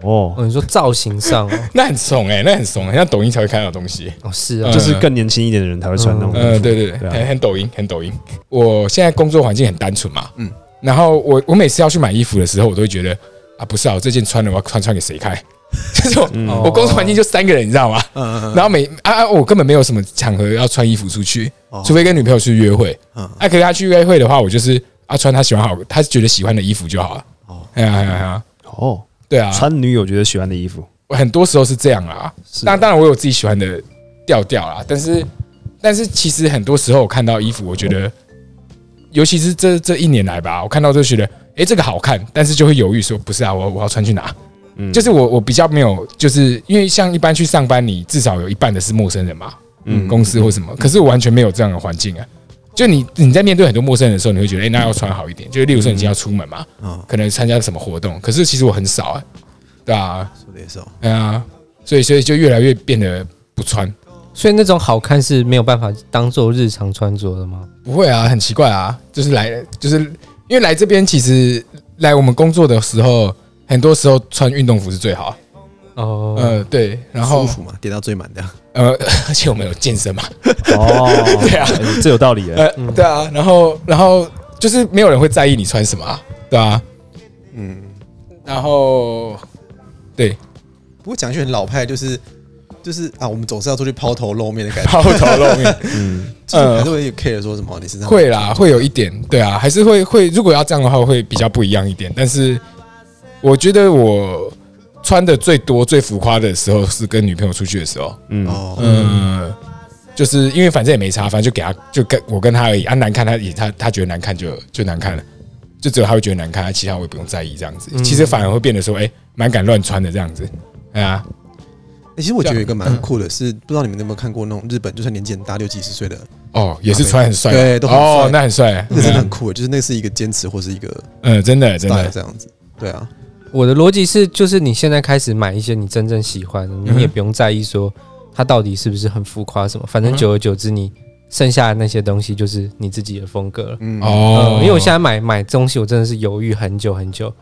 Speaker 2: 哦，
Speaker 1: 嗯
Speaker 3: 哦，你说造型上哦，
Speaker 1: 那很怂哎，那很怂，很像抖音才会看到的东西。
Speaker 3: 哦是啊
Speaker 1: 嗯，
Speaker 2: 就是更年轻一点的人才会穿那种衣服。
Speaker 1: 嗯，对对对，
Speaker 2: 对啊
Speaker 1: 很很抖音，很抖音。我现在工作环境很单纯嘛，嗯
Speaker 4: 嗯，
Speaker 1: 然后我我每次要去买衣服的时候，我都会觉得啊，不是啊，我这件穿了，我要穿穿给谁看？ 就是我、
Speaker 3: 哦
Speaker 1: 我工作环境就三个人，你知道吗？
Speaker 4: 嗯嗯嗯
Speaker 1: 然后每啊啊，我根本没有什么场合要穿衣服出去，
Speaker 4: 哦
Speaker 1: 除非跟女朋友去约会。
Speaker 4: 嗯
Speaker 1: 啊，可是她去约会的话，我就是啊穿她喜欢好，她觉得喜欢的衣服就好了。哦
Speaker 4: 哦，
Speaker 1: 哎呀哎呀哎呀，
Speaker 2: 哦，
Speaker 1: 对啊，
Speaker 2: 穿女友觉得喜欢的衣服，
Speaker 1: 很多时候是这样啦。
Speaker 2: 是
Speaker 1: 当当然我有自己喜欢的调调啦，但是但是其实很多时候我看到衣服，我觉得，尤其是这这一年来吧，我看到就觉得，哎、这个好看，但是就会犹豫说，不是啊，我我要穿去哪？
Speaker 5: 嗯
Speaker 1: 就是我我比较没有，就是因为像一般去上班，你至少有一半的是陌生人嘛，
Speaker 5: 嗯
Speaker 1: 公司或什么，可是我完全没有这样的环境啊。就你你在面对很多陌生人的时候，你会觉得，哎、那要穿好一点。就例如说，你今天要出门嘛，
Speaker 4: 嗯，
Speaker 1: 可能参加什么活动，可是其实我很少啊，对啊，
Speaker 4: 说的也是哦。
Speaker 1: 对啊，所以所以就越来越变得不穿，
Speaker 3: 所以那种好看是没有办法当做日常穿着的吗？
Speaker 1: 不会啊，很奇怪啊，就是来就是因为来这边，其实来我们工作的时候，很多时候穿运动服是最好，
Speaker 3: 哦，
Speaker 1: 呃，对，然后
Speaker 4: 舒服嘛，点到最满的。
Speaker 1: 呃，而且我们有健身嘛，
Speaker 2: 哦，
Speaker 1: 对啊，
Speaker 2: 这有道理耶。
Speaker 1: 呃，对啊，然后然后就是没有人会在意你穿什么啊，对啊，
Speaker 4: 嗯，
Speaker 1: 然后对，
Speaker 4: 不过讲一句很老派，就是就是啊，我们总是要出去抛头露面的感觉，
Speaker 1: 抛头露面。
Speaker 5: 嗯，
Speaker 4: 就是还是会有 care 说什么你身上
Speaker 1: 会啦，会有一点，对啊，还是会会，如果要这样的话，会比较不一样一点。但是我觉得我穿的最多、最浮夸的时候是跟女朋友出去的时候，
Speaker 5: 嗯，
Speaker 4: 哦，
Speaker 1: 嗯、就是因为反正也没差，反正就给她，就跟我跟她而已啊，难看她也她她觉得难看就就难看了，就只有她会觉得难看，其他我也不用在意这样子。
Speaker 4: 嗯
Speaker 1: 其实反而会变得说，哎、蛮敢乱穿的这样子，哎呀、
Speaker 4: 欸其实我觉得有一个蛮酷的是，不知道你们有没有看过那种日本，就算年纪很大六七十岁的，
Speaker 1: 哦，也是穿很帅，
Speaker 4: 啊对都很帅
Speaker 1: 哦，那很帅，
Speaker 4: 那个真的很酷 的，就是那是一个坚持或是一个
Speaker 1: 嗯，真的真
Speaker 4: style
Speaker 1: 的，
Speaker 4: 这样子。对啊，
Speaker 3: 我的逻辑是，就是你现在开始买一些你真正喜欢的，
Speaker 1: 嗯哼
Speaker 3: 你也不用在意说它到底是不是很浮夸什么，反正
Speaker 1: 嗯
Speaker 3: 久而久之，你剩下的那些东西就是你自己的风格了。
Speaker 4: 嗯，
Speaker 1: 哦
Speaker 3: 嗯，因为我现在买买东西，我真的是犹豫很久很久，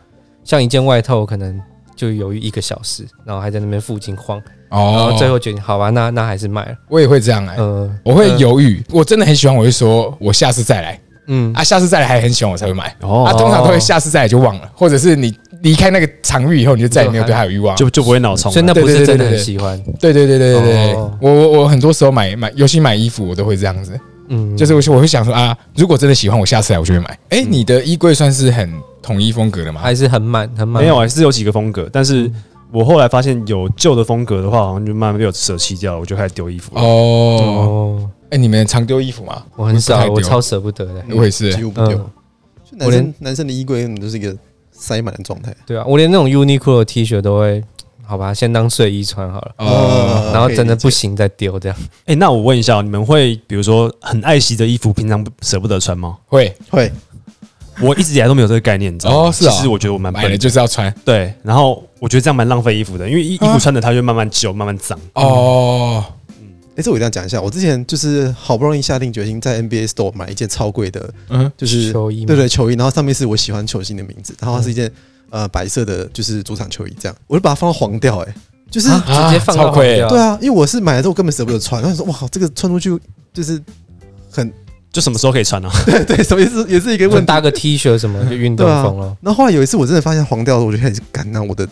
Speaker 3: 像一件外套，我可能就犹豫一个小时，然后还在那边附近晃，然
Speaker 1: 哦
Speaker 3: 后，最后决定，好吧，那那还是买了。
Speaker 1: 我也会这样哎、
Speaker 3: 呃，
Speaker 1: 我会犹豫，我真的很喜欢，我会说我下次再来
Speaker 3: 嗯，
Speaker 1: 啊，下次再来还很喜欢我才会买啊，
Speaker 2: 哦，
Speaker 1: 通常都会下次再来就忘了，或者是你离开那个场域以后，你就再也没有对他有欲望。
Speaker 2: 就就不会脑充
Speaker 3: 所以
Speaker 2: 了。
Speaker 3: 那
Speaker 1: 对
Speaker 3: 不
Speaker 1: 对对
Speaker 3: 是真的
Speaker 1: 对
Speaker 3: 很
Speaker 1: 对
Speaker 3: 喜欢，
Speaker 1: 对对对对对对，
Speaker 3: 哦
Speaker 1: 我我我很多时候买买，尤其买衣服，我都会这样子，
Speaker 3: 嗯，
Speaker 1: 就是我我会想说啊，如果真的喜欢，我下次来我就会买。哎、你的衣柜算是很统一风格的吗？
Speaker 3: 还是很满很满。
Speaker 2: 没有，啊还是有几个风格，但是
Speaker 1: 嗯
Speaker 2: 我后来发现有旧的风格的话，好像就慢慢被我舍弃掉了，我就开始丢衣服了。
Speaker 1: 哦，
Speaker 3: 哦，
Speaker 1: 哎、你们常丢衣服吗？
Speaker 3: 我很
Speaker 1: 不太
Speaker 3: 少，
Speaker 1: 丢
Speaker 3: 我超舍不得的。
Speaker 1: 我也是
Speaker 4: 几乎不丢。
Speaker 3: 嗯，
Speaker 4: 就男
Speaker 3: 我
Speaker 4: 生
Speaker 3: 连
Speaker 4: 男生的衣柜根本就是一个塞满的状态。
Speaker 3: 对啊，我连那种 Uniqlo 的 T 恤都会，好吧，先当睡衣穿好了，
Speaker 1: 哦，
Speaker 4: 呃
Speaker 3: 嗯然后
Speaker 4: 可以
Speaker 3: 真的
Speaker 4: 理解
Speaker 3: 不行再丢这样。
Speaker 2: 哎、那我问一下，你们会比如说很爱惜的衣服，平常不舍不得穿吗？
Speaker 1: 会
Speaker 4: 会
Speaker 2: 我一直以来都没有这个概念，你知道吗？
Speaker 1: 哦是啊
Speaker 2: 其实我觉得我蛮
Speaker 1: 买
Speaker 2: 笨
Speaker 1: 了
Speaker 2: 的，
Speaker 1: 就是要穿
Speaker 2: 对。然后我觉得这样蛮浪费衣服的，因为
Speaker 1: 啊
Speaker 2: 衣衣服穿着它就会慢慢旧、慢慢脏。
Speaker 1: 哦，
Speaker 4: 哎、这我一定要讲一下。我之前就是好不容易下定决心在 NBA Store 买一件超贵的，
Speaker 1: 嗯
Speaker 4: 就是
Speaker 3: 球衣吗嗯
Speaker 4: 对对球衣，然后上面是我喜欢球星的名字，然后它是一件、呃白色的，就是主场球衣这样，我就把它放到黄掉、哎，就是、
Speaker 1: 啊
Speaker 3: 直接放到
Speaker 1: 超亏
Speaker 3: 黄掉
Speaker 4: 对啊，因为我是买了之后根本舍不得穿，然后说哇，这个穿出去就是 很
Speaker 2: 就什么时候可以穿啊？
Speaker 4: 对对，所以是也是一个
Speaker 3: 就
Speaker 4: 问题。
Speaker 3: 搭个 T 恤什么就运动风了。
Speaker 4: 然后后来有一次我真的发现黄掉了，我就开始干，那我的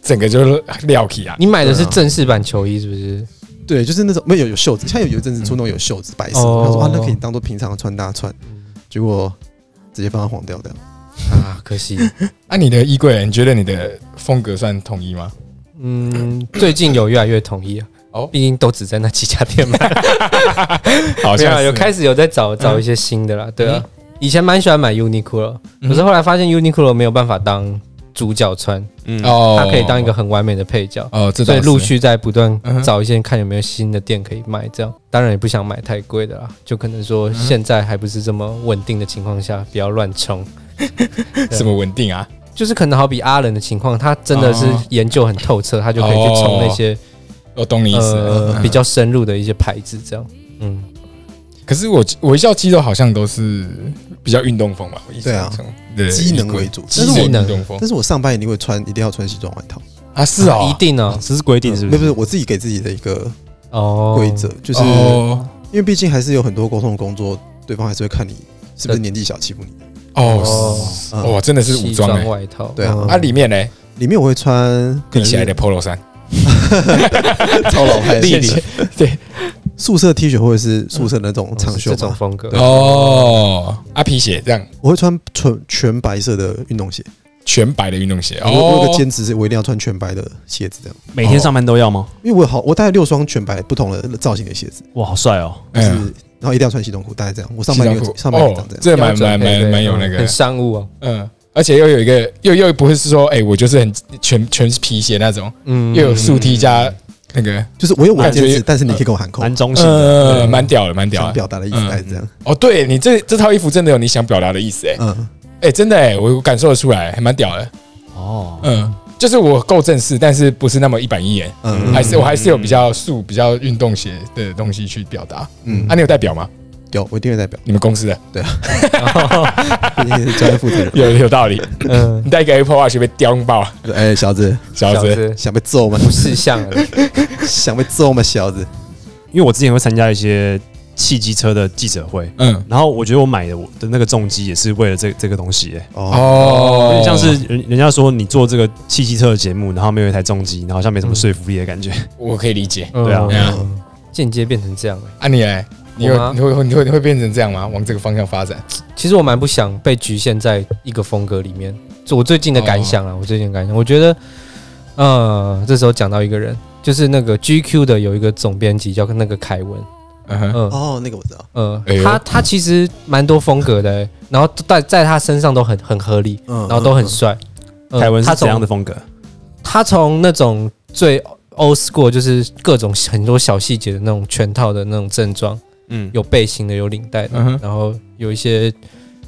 Speaker 1: 整个就是料起啊，
Speaker 3: 你买的是正式版球衣是不是？
Speaker 4: 对，就是那种没有有袖子，像有有一阵子出那种有袖子白色的，
Speaker 3: 哦
Speaker 4: 他说啊，那可以当做平常的穿搭穿，结果直接帮它黄掉的。
Speaker 3: 啊，可惜。
Speaker 1: 那、你的衣柜，你觉得你的风格算统一 吗？
Speaker 3: 嗯，最近有越来越统一啊。
Speaker 1: 哦
Speaker 3: 哦，毕竟都只在那几家店买，
Speaker 1: 好
Speaker 3: 没有
Speaker 1: 像
Speaker 3: 啊
Speaker 1: 是嗯
Speaker 3: 有开始有在找找一些新的啦。对啊，以前蛮喜欢买 Uniqlo，可
Speaker 1: 嗯
Speaker 3: 是后来发现 Uniqlo 没有办法当主角穿，
Speaker 2: 嗯，
Speaker 1: 哦
Speaker 3: 它可以当一个很完美的配角。
Speaker 1: 哦，这倒
Speaker 3: 所以
Speaker 1: 是
Speaker 3: 陆续在不断
Speaker 1: 嗯哼
Speaker 3: 找一些看有没有新的店可以卖，这样当然也不想买太贵的啦，就可能
Speaker 1: 嗯
Speaker 3: 说现在还不是这么稳定的情况下，不要乱冲。
Speaker 1: 什么稳定啊？
Speaker 3: 就是可能好比阿伦的情况，他真的是
Speaker 1: 哦
Speaker 3: 研究很透彻，他就可以去冲那些、
Speaker 1: 我懂你意思嗯了。
Speaker 3: 呃比较深入的一些牌子，这样。嗯，
Speaker 1: 可是我我一笑肌肉好像都是比较运动风嘛，我印象中对
Speaker 4: 啊机能为主
Speaker 1: 机
Speaker 3: 但是我
Speaker 1: 能运动风
Speaker 4: 但是我上班一定会穿，一定要穿西装外套，
Speaker 1: 啊，嗯是哦，
Speaker 3: 一定哦，
Speaker 2: 这是规定是不
Speaker 4: 没
Speaker 2: 是？
Speaker 4: 有不是我自己给自己的一个
Speaker 1: 啊
Speaker 3: 哦，
Speaker 4: 规则，就是
Speaker 1: 哦
Speaker 4: 因为毕竟还是有很多沟通的工作，对方还是会看你是不
Speaker 3: 对
Speaker 4: 是年纪小欺负你。
Speaker 1: 哦，
Speaker 4: 嗯
Speaker 1: 哇，真的是武
Speaker 3: 西
Speaker 1: 装
Speaker 3: 装
Speaker 1: 哎。
Speaker 3: 外套，
Speaker 4: 对啊
Speaker 3: 嗯
Speaker 1: 啊，里面呢，
Speaker 4: 里面我会穿可
Speaker 1: 立
Speaker 4: 能
Speaker 1: 起来
Speaker 4: 是
Speaker 1: 的 polo 衫，
Speaker 4: 超老派的
Speaker 1: 立
Speaker 4: 谢
Speaker 1: 起
Speaker 4: 谢宿舍 T 恤或者是宿舍那种长
Speaker 3: 嗯
Speaker 4: 袖
Speaker 3: 这种
Speaker 4: 嘛，
Speaker 1: 哦
Speaker 3: 风格。
Speaker 1: 哦，啊皮鞋这样
Speaker 4: 我会穿纯全白色的运动鞋，
Speaker 1: 全白的运动鞋
Speaker 4: 我我有个
Speaker 1: 哦，
Speaker 4: 坚持是我一定要穿全白的鞋子，这样，
Speaker 2: 每天上班都要吗？
Speaker 4: 因为我有好，我大概六双全白不同的造型的鞋子，
Speaker 2: 哇，好帅哦！
Speaker 4: 就是，
Speaker 1: 嗯，
Speaker 4: 然后一定要穿西装裤，大概这样。我上班
Speaker 1: 西装
Speaker 4: 有
Speaker 1: 裤
Speaker 4: 上班有
Speaker 1: 哦
Speaker 4: 长这样，
Speaker 1: 这蛮
Speaker 3: 标准
Speaker 1: 蛮
Speaker 3: 配
Speaker 1: 蛮
Speaker 3: 备
Speaker 1: 蛮有
Speaker 3: 嗯
Speaker 1: 那个
Speaker 3: 很，商务 哦，
Speaker 1: 嗯，而且又有一个又又不会是说，哎、我就是很全全是皮鞋那种，
Speaker 3: 嗯
Speaker 1: 又有竖踢加那个，
Speaker 4: 就是我有我的坚
Speaker 1: 感
Speaker 4: 持，
Speaker 1: 觉
Speaker 4: 但是你可以跟我喊扣，
Speaker 2: 蛮中性的，
Speaker 1: 呃，蛮屌的，蛮屌
Speaker 4: 想
Speaker 1: 的。
Speaker 4: 表达的意思大概是这样。
Speaker 1: 哦，对你这这套衣服真的有你想表达的意思、哎、
Speaker 4: 嗯，
Speaker 1: 哎、真的、哎，我感受得出来，还蛮屌的。
Speaker 2: 哦，
Speaker 1: 嗯，就是我够正式，但是不是那么一板一眼，
Speaker 4: 嗯
Speaker 1: 还是我还是有比较素、比较运动鞋的东西去表达。
Speaker 4: 嗯
Speaker 1: 啊，你有代表吗？
Speaker 4: 有，我一定会代表，
Speaker 1: 你们公司的
Speaker 4: 毕竟是专业负 责人。
Speaker 1: 有有道理，
Speaker 3: 嗯，
Speaker 1: 你带一个 Apple Watch 被叼爆，
Speaker 4: 哎，小子，
Speaker 1: 小
Speaker 3: 小
Speaker 1: 子。
Speaker 3: 子
Speaker 4: 想被揍吗？
Speaker 3: 不识相了，
Speaker 4: 想被揍吗，小子？
Speaker 2: 因为我之前会参加一些汽机车的记者会，
Speaker 1: 嗯，
Speaker 2: 然后我觉得我买的我的那个重机也是为了这这个东西耶、
Speaker 4: 哦，
Speaker 1: 哦
Speaker 2: 有点像是人人家说你做这个汽机车的节目，然后没有一台重机，然后好像没什么说服力的感觉。
Speaker 1: 我可以理解。
Speaker 3: 嗯
Speaker 2: 对 啊
Speaker 1: 对啊
Speaker 3: 间接变成这样欸
Speaker 1: 啊，你嘞？你
Speaker 3: 我
Speaker 1: 有
Speaker 3: 吗
Speaker 1: 你会你会你会变成这样吗？往这个方向发展？
Speaker 3: 其实我蛮不想被局限在一个风格里面。就我最近的感想啊，我最近的感想，我觉得，呃，这时候讲到一个人，就是那个 GQ 的有一个总编辑叫那个凯文，
Speaker 1: 嗯哼，
Speaker 3: 嗯、
Speaker 4: 哦，那个我知道，
Speaker 3: 嗯，
Speaker 1: 哎呦
Speaker 3: 他他其实蛮多风格的欸、然后在在他身上都很很合理，
Speaker 4: 嗯，
Speaker 3: 然后都很帅。嗯
Speaker 2: 凯文
Speaker 3: 他
Speaker 2: 是怎样的
Speaker 3: 从
Speaker 2: 风格？
Speaker 3: 他从那种最 old school，就是各种很多小细节的那种全套的那种正装，
Speaker 2: 嗯，
Speaker 3: 有背心的，有领带的，
Speaker 1: 嗯哼
Speaker 3: 然后有一些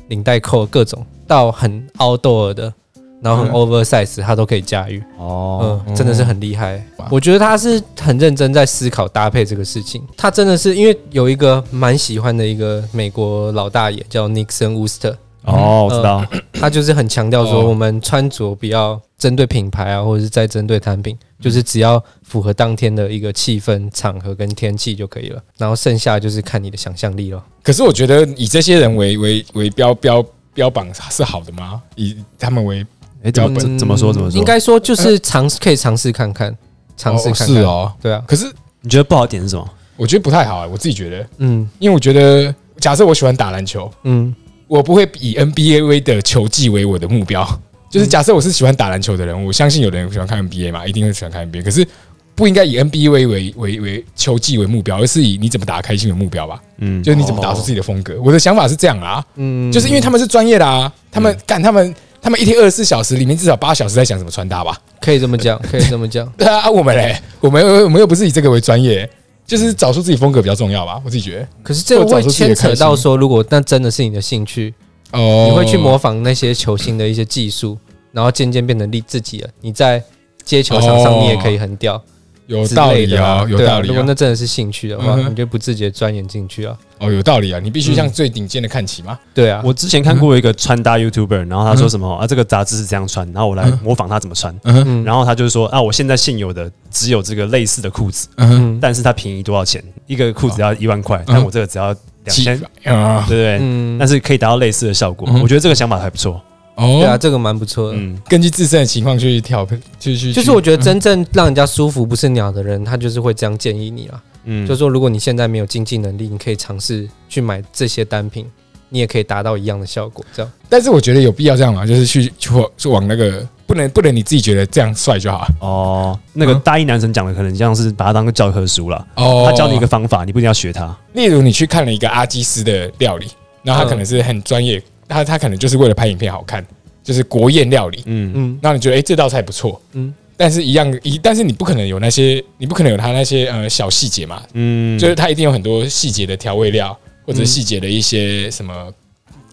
Speaker 3: 领带扣各种，到很 outdoor 的，然后
Speaker 1: 嗯
Speaker 3: 很 oversize，他都可以驾驭。
Speaker 2: 哦，
Speaker 3: 嗯，真的是很厉害
Speaker 1: 哇。
Speaker 3: 我觉得他是很认真在思考搭配这个事情。他真的是因为有一个蛮喜欢的一个美国老大爷叫 Nixon Wooster，
Speaker 2: 哦，
Speaker 3: 呃
Speaker 2: 我知道，
Speaker 3: 他就是很强调说
Speaker 1: 哦
Speaker 3: 我们穿着不要针对品牌啊，或者是在针对产品，就是只要符合当天的一个气氛、场合跟天气就可以了。然后剩下就是看你的想象力了。
Speaker 1: 可是我觉得以这些人为为为标标标榜是好的吗？以他们为
Speaker 2: 哎，怎么
Speaker 1: 脚
Speaker 2: 怎怎么说怎么说？
Speaker 3: 嗯应该说就是尝试，可以尝试看看，尝
Speaker 1: 哎
Speaker 3: 试
Speaker 1: 哦
Speaker 3: 看看。
Speaker 1: 是，哦。
Speaker 3: 对啊，
Speaker 1: 可是
Speaker 2: 你觉得不好的点是什么？
Speaker 1: 我觉得不太好、啊，我自己觉得，
Speaker 3: 嗯
Speaker 1: 因为我觉得假设我喜欢打篮球，
Speaker 3: 嗯
Speaker 1: 我不会以 NBA 为的球技为我的目标。就是假设我是喜欢打篮球的人，我相信有的人喜欢看 NBA 嘛，一定会喜欢看 NBA。可是不应该以 NBA 为为为为球技为目标，而是以你怎么打开心为目标吧。
Speaker 2: 嗯，
Speaker 1: 就是你怎么打出自己的风格。我的想法是这样啊，
Speaker 3: 嗯，
Speaker 1: 就是因为他们是专业的啊，他们干他们他们一天二十四小时里面至少八小时在想怎么穿搭吧。
Speaker 3: 可以这么 讲，可以这么讲。
Speaker 1: 对啊，啊我们嘞，我们我们又不是以这个为专业，就是找出自己风格比较重要吧，我自己觉得。
Speaker 3: 可是这个
Speaker 1: 或者
Speaker 3: 会
Speaker 1: 找出自己
Speaker 3: 牵
Speaker 1: 的
Speaker 3: 扯
Speaker 1: 开
Speaker 3: 到
Speaker 1: 心
Speaker 3: 说，如果那真的是你的兴趣，
Speaker 1: 哦
Speaker 3: 你会去模仿那些球星的一些技术，然后渐渐变成立自己了。你在接球场上，
Speaker 1: 哦
Speaker 3: 你也可以很屌
Speaker 1: 有
Speaker 3: 之
Speaker 1: 道
Speaker 3: 类
Speaker 1: 理
Speaker 3: 的啦
Speaker 1: 啊，有
Speaker 3: 对
Speaker 1: 道理
Speaker 3: 如果
Speaker 1: 啊，
Speaker 3: 那真的是兴趣的话
Speaker 1: 嗯，哼
Speaker 3: 你就不自觉钻研进去啊。
Speaker 1: 哦，有道理啊，你必须
Speaker 3: 嗯
Speaker 1: 向最顶尖的看齐嘛。
Speaker 3: 对啊，
Speaker 2: 我之前看过一个穿搭 YouTuber，然后他说什么啊，这个杂志是这样穿，然后我来模仿他怎么穿，
Speaker 1: 嗯哼
Speaker 3: 嗯嗯
Speaker 2: 然后他就是说啊，我现在现有的只有这个类似的裤子，
Speaker 1: 嗯哼，
Speaker 3: 嗯
Speaker 2: 但是它便宜多少钱？一个裤子要一万块，但我这个只要两
Speaker 1: 七
Speaker 2: 千，
Speaker 1: 啊，
Speaker 2: 对不对？
Speaker 3: 嗯
Speaker 2: 但是可以达到类似的效果
Speaker 1: 嗯，
Speaker 2: 我觉得这个想法还不错。
Speaker 3: 对啊，
Speaker 1: 哦，
Speaker 3: 这个蛮不错的。
Speaker 2: 嗯，
Speaker 1: 根据自身的情况去调配，去去嗯
Speaker 3: 就是我觉得真正让人家舒服不是鸟的人，他就是会这样建议你啊。
Speaker 2: 嗯，
Speaker 3: 就说如果你现在没有经济能力，你可以尝试去买这些单品，你也可以达到一样的效果。这样，
Speaker 1: 但是我觉得有必要这样嘛，就是去去往去往那个不能不能你自己觉得这样帅就好。啊
Speaker 2: 哦，那个
Speaker 1: 嗯
Speaker 2: 大一男神讲的可能像是把它当个教科书了。
Speaker 1: 哦
Speaker 2: 他教你一个方法，你不一定要学他。
Speaker 1: 例如你去看了一个阿基斯的料理，然后
Speaker 3: 嗯
Speaker 1: 他可能是很专业，他他可能就是为了拍影片好看，就是国宴料理，
Speaker 2: 嗯，
Speaker 3: 嗯
Speaker 1: 然后你觉得哎、诶这道菜不错，
Speaker 3: 嗯
Speaker 1: 嗯，但是一样一，但是你不可能有那些，你不可能有他那些呃小细节嘛，
Speaker 2: 嗯，
Speaker 1: 就是它一定有很多细节的调味料
Speaker 3: 嗯
Speaker 1: 或者细节的一些什么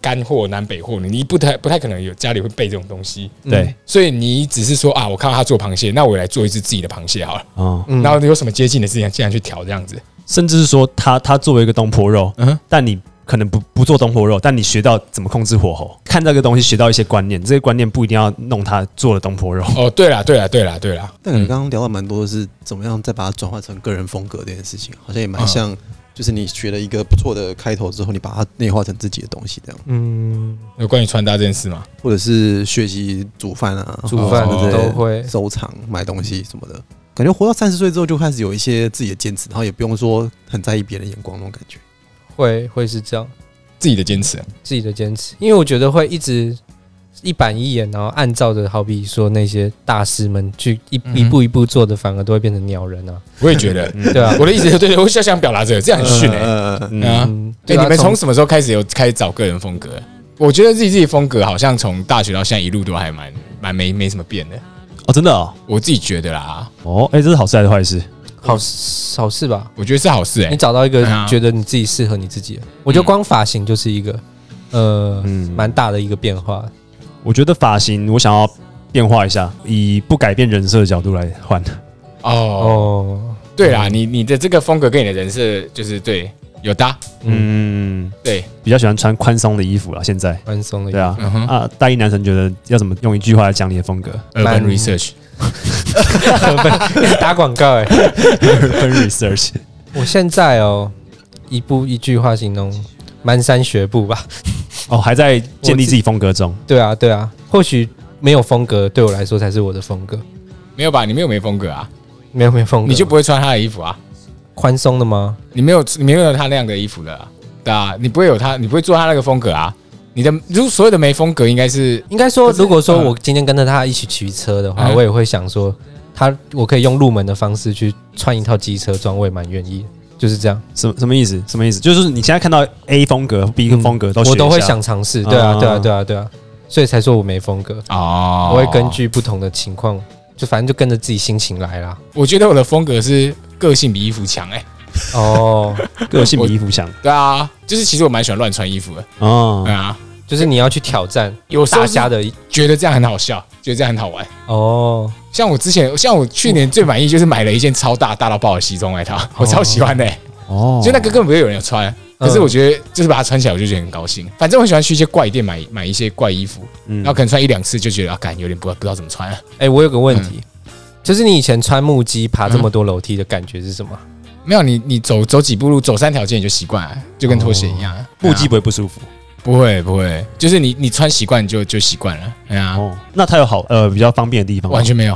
Speaker 1: 干货、南北货，你不太不太可能有家里会备这种东西，
Speaker 2: 对，
Speaker 1: 所以你只是说啊，我看到他做螃蟹，那我也来做一只自己的螃蟹好了，
Speaker 2: 哦，
Speaker 3: 嗯
Speaker 1: 然后你有什么接近的事情，尽量去调这样子，
Speaker 2: 甚至是说他他作为一个东坡肉，
Speaker 1: 嗯哼
Speaker 2: 但你可能不不做东坡肉，但你学到怎么控制火候，看这个东西学到一些观念，这些观念不一定要弄他做的东坡肉。
Speaker 1: 哦，对啦，对啦，对啦，对啦，
Speaker 4: 但你刚刚聊到蛮多的是怎么样再把它转化成个人风格这件事情，好像也蛮像，就是你学了一个不错的开头之后，你把它内化成自己的东西这样，
Speaker 3: 嗯，
Speaker 1: 有关于穿搭这件事吗？
Speaker 4: 或者是学习煮饭啊，
Speaker 3: 煮饭
Speaker 4: 或者是
Speaker 3: 都会
Speaker 4: 收藏、买东西什么的。感觉活到三十岁之后就开始有一些自己的坚持，然后也不用说很在意别人眼光那种感觉。
Speaker 3: 会会是这样。
Speaker 1: 自己的坚持，
Speaker 3: 自己的坚持，因为我觉得会一直一板一眼，然后按照着好比说那些大师们去一
Speaker 1: 嗯
Speaker 3: 一步一步做的，反而都会变成鸟人啊，
Speaker 1: 我也觉得，
Speaker 3: 对啊，
Speaker 1: 我的意思对对，我就想表达这个，这样很逊哎、
Speaker 4: 呃，
Speaker 1: 欸。啊，
Speaker 3: 嗯，
Speaker 1: 对，
Speaker 3: 啊
Speaker 1: 你们从什么时候开始有开始找个人风格？我觉得自己自己风格好像从大学到现在一路都还蛮蛮没没什么变的，
Speaker 2: 哦，真的哦，
Speaker 1: 我自己觉得啦，
Speaker 2: 哦，哎、这是好事还是坏事？
Speaker 3: 好事好事吧？
Speaker 1: 我觉得是好事哎、
Speaker 3: 你找到一个
Speaker 1: 对啊嗯
Speaker 3: 觉得你自己适合你自己的，我觉得光发型就是一个呃
Speaker 2: 嗯
Speaker 3: 蛮大的一个变化，
Speaker 2: 我觉得发型我想要变化一下，以不改变人设的角度来换。
Speaker 1: 哦，
Speaker 3: 哦，
Speaker 1: 对啦，你你的这个风格跟你的人设就是对有搭，
Speaker 2: 嗯，
Speaker 1: 对，
Speaker 2: 比较喜欢穿宽松的衣服啦，现在。
Speaker 3: 宽松的一
Speaker 2: 对
Speaker 3: 个，
Speaker 2: 啊，
Speaker 1: 嗯哼
Speaker 2: 啊，大一男神觉得要怎么用一句话来讲你的风格
Speaker 1: urban
Speaker 3: 蛮
Speaker 1: research，
Speaker 3: 打广告哎、
Speaker 2: ？Urban research，
Speaker 3: 我现在哦一步一句话形容蹒跚学步吧，
Speaker 2: 哦，还在建立自己风格中。
Speaker 3: 对啊对啊，或许没有风格对我来说才是我的风格，
Speaker 1: 没有吧？你没有没风格啊，
Speaker 3: 没有没有风格，
Speaker 1: 你就不会穿他的衣服啊，
Speaker 3: 宽松的吗？
Speaker 1: 你没有你没有他那样的衣服了啊，对啊，你不会有他，你不会做他那个风格啊，你的如果所有的没风格应该是
Speaker 3: 应该说，
Speaker 1: 可是
Speaker 3: 如果说我今天跟着他一起骑车的话，
Speaker 1: 嗯
Speaker 3: 我也会想说，他我可以用入门的方式去穿一套机车装，我也蛮愿意的，就是这样。
Speaker 2: 什么什么意思？什么意思？就是你现在看到 A 风格、B 风格都学一
Speaker 3: 我
Speaker 2: 下
Speaker 3: 都会想尝试，对啊，
Speaker 2: 嗯
Speaker 3: 对啊，对啊，对啊，所以才说我没风格，
Speaker 1: 哦
Speaker 3: 我会根据不同的情况，就反正就跟着自己心情来啦。
Speaker 1: 我觉得我的风格是个性比衣服强哎、
Speaker 3: 哦，
Speaker 2: 个性比衣服强
Speaker 1: 对啊，就是其实我蛮喜欢乱穿衣服的，
Speaker 2: 哦
Speaker 1: 对，啊，
Speaker 3: 就是你要去挑战
Speaker 1: 有时候
Speaker 3: 大
Speaker 1: 是
Speaker 3: 家的一
Speaker 1: 觉得这样很好笑，觉得这样很好玩。
Speaker 3: 哦，
Speaker 1: 像我之前，像我去年最满意就是买了一件超大大到爆的西装外套，我超喜欢的、欸，
Speaker 2: 哦嗯
Speaker 1: 就那个根本不会有人有穿，可是我觉得就是把它穿起来，我就觉得很高兴。反正我喜欢去一些怪店买买一些怪衣服，
Speaker 2: 嗯
Speaker 1: 然后可能穿一两次就觉得啊，感有点不不知道怎么穿啊了。
Speaker 3: 哎、我有个问题，就是你以前穿木屐爬这么多楼梯的感觉是什么？
Speaker 1: 没有你，你走走几步路，走三条街你就习惯了，就跟拖鞋一样。
Speaker 2: 腹肌
Speaker 1: 对啊
Speaker 2: 不会不舒服
Speaker 1: 不会不会，就是你你穿习惯就就习惯了。哎呀，
Speaker 2: 哦。那它有好呃比较方便的地方吗，
Speaker 1: 完全没有，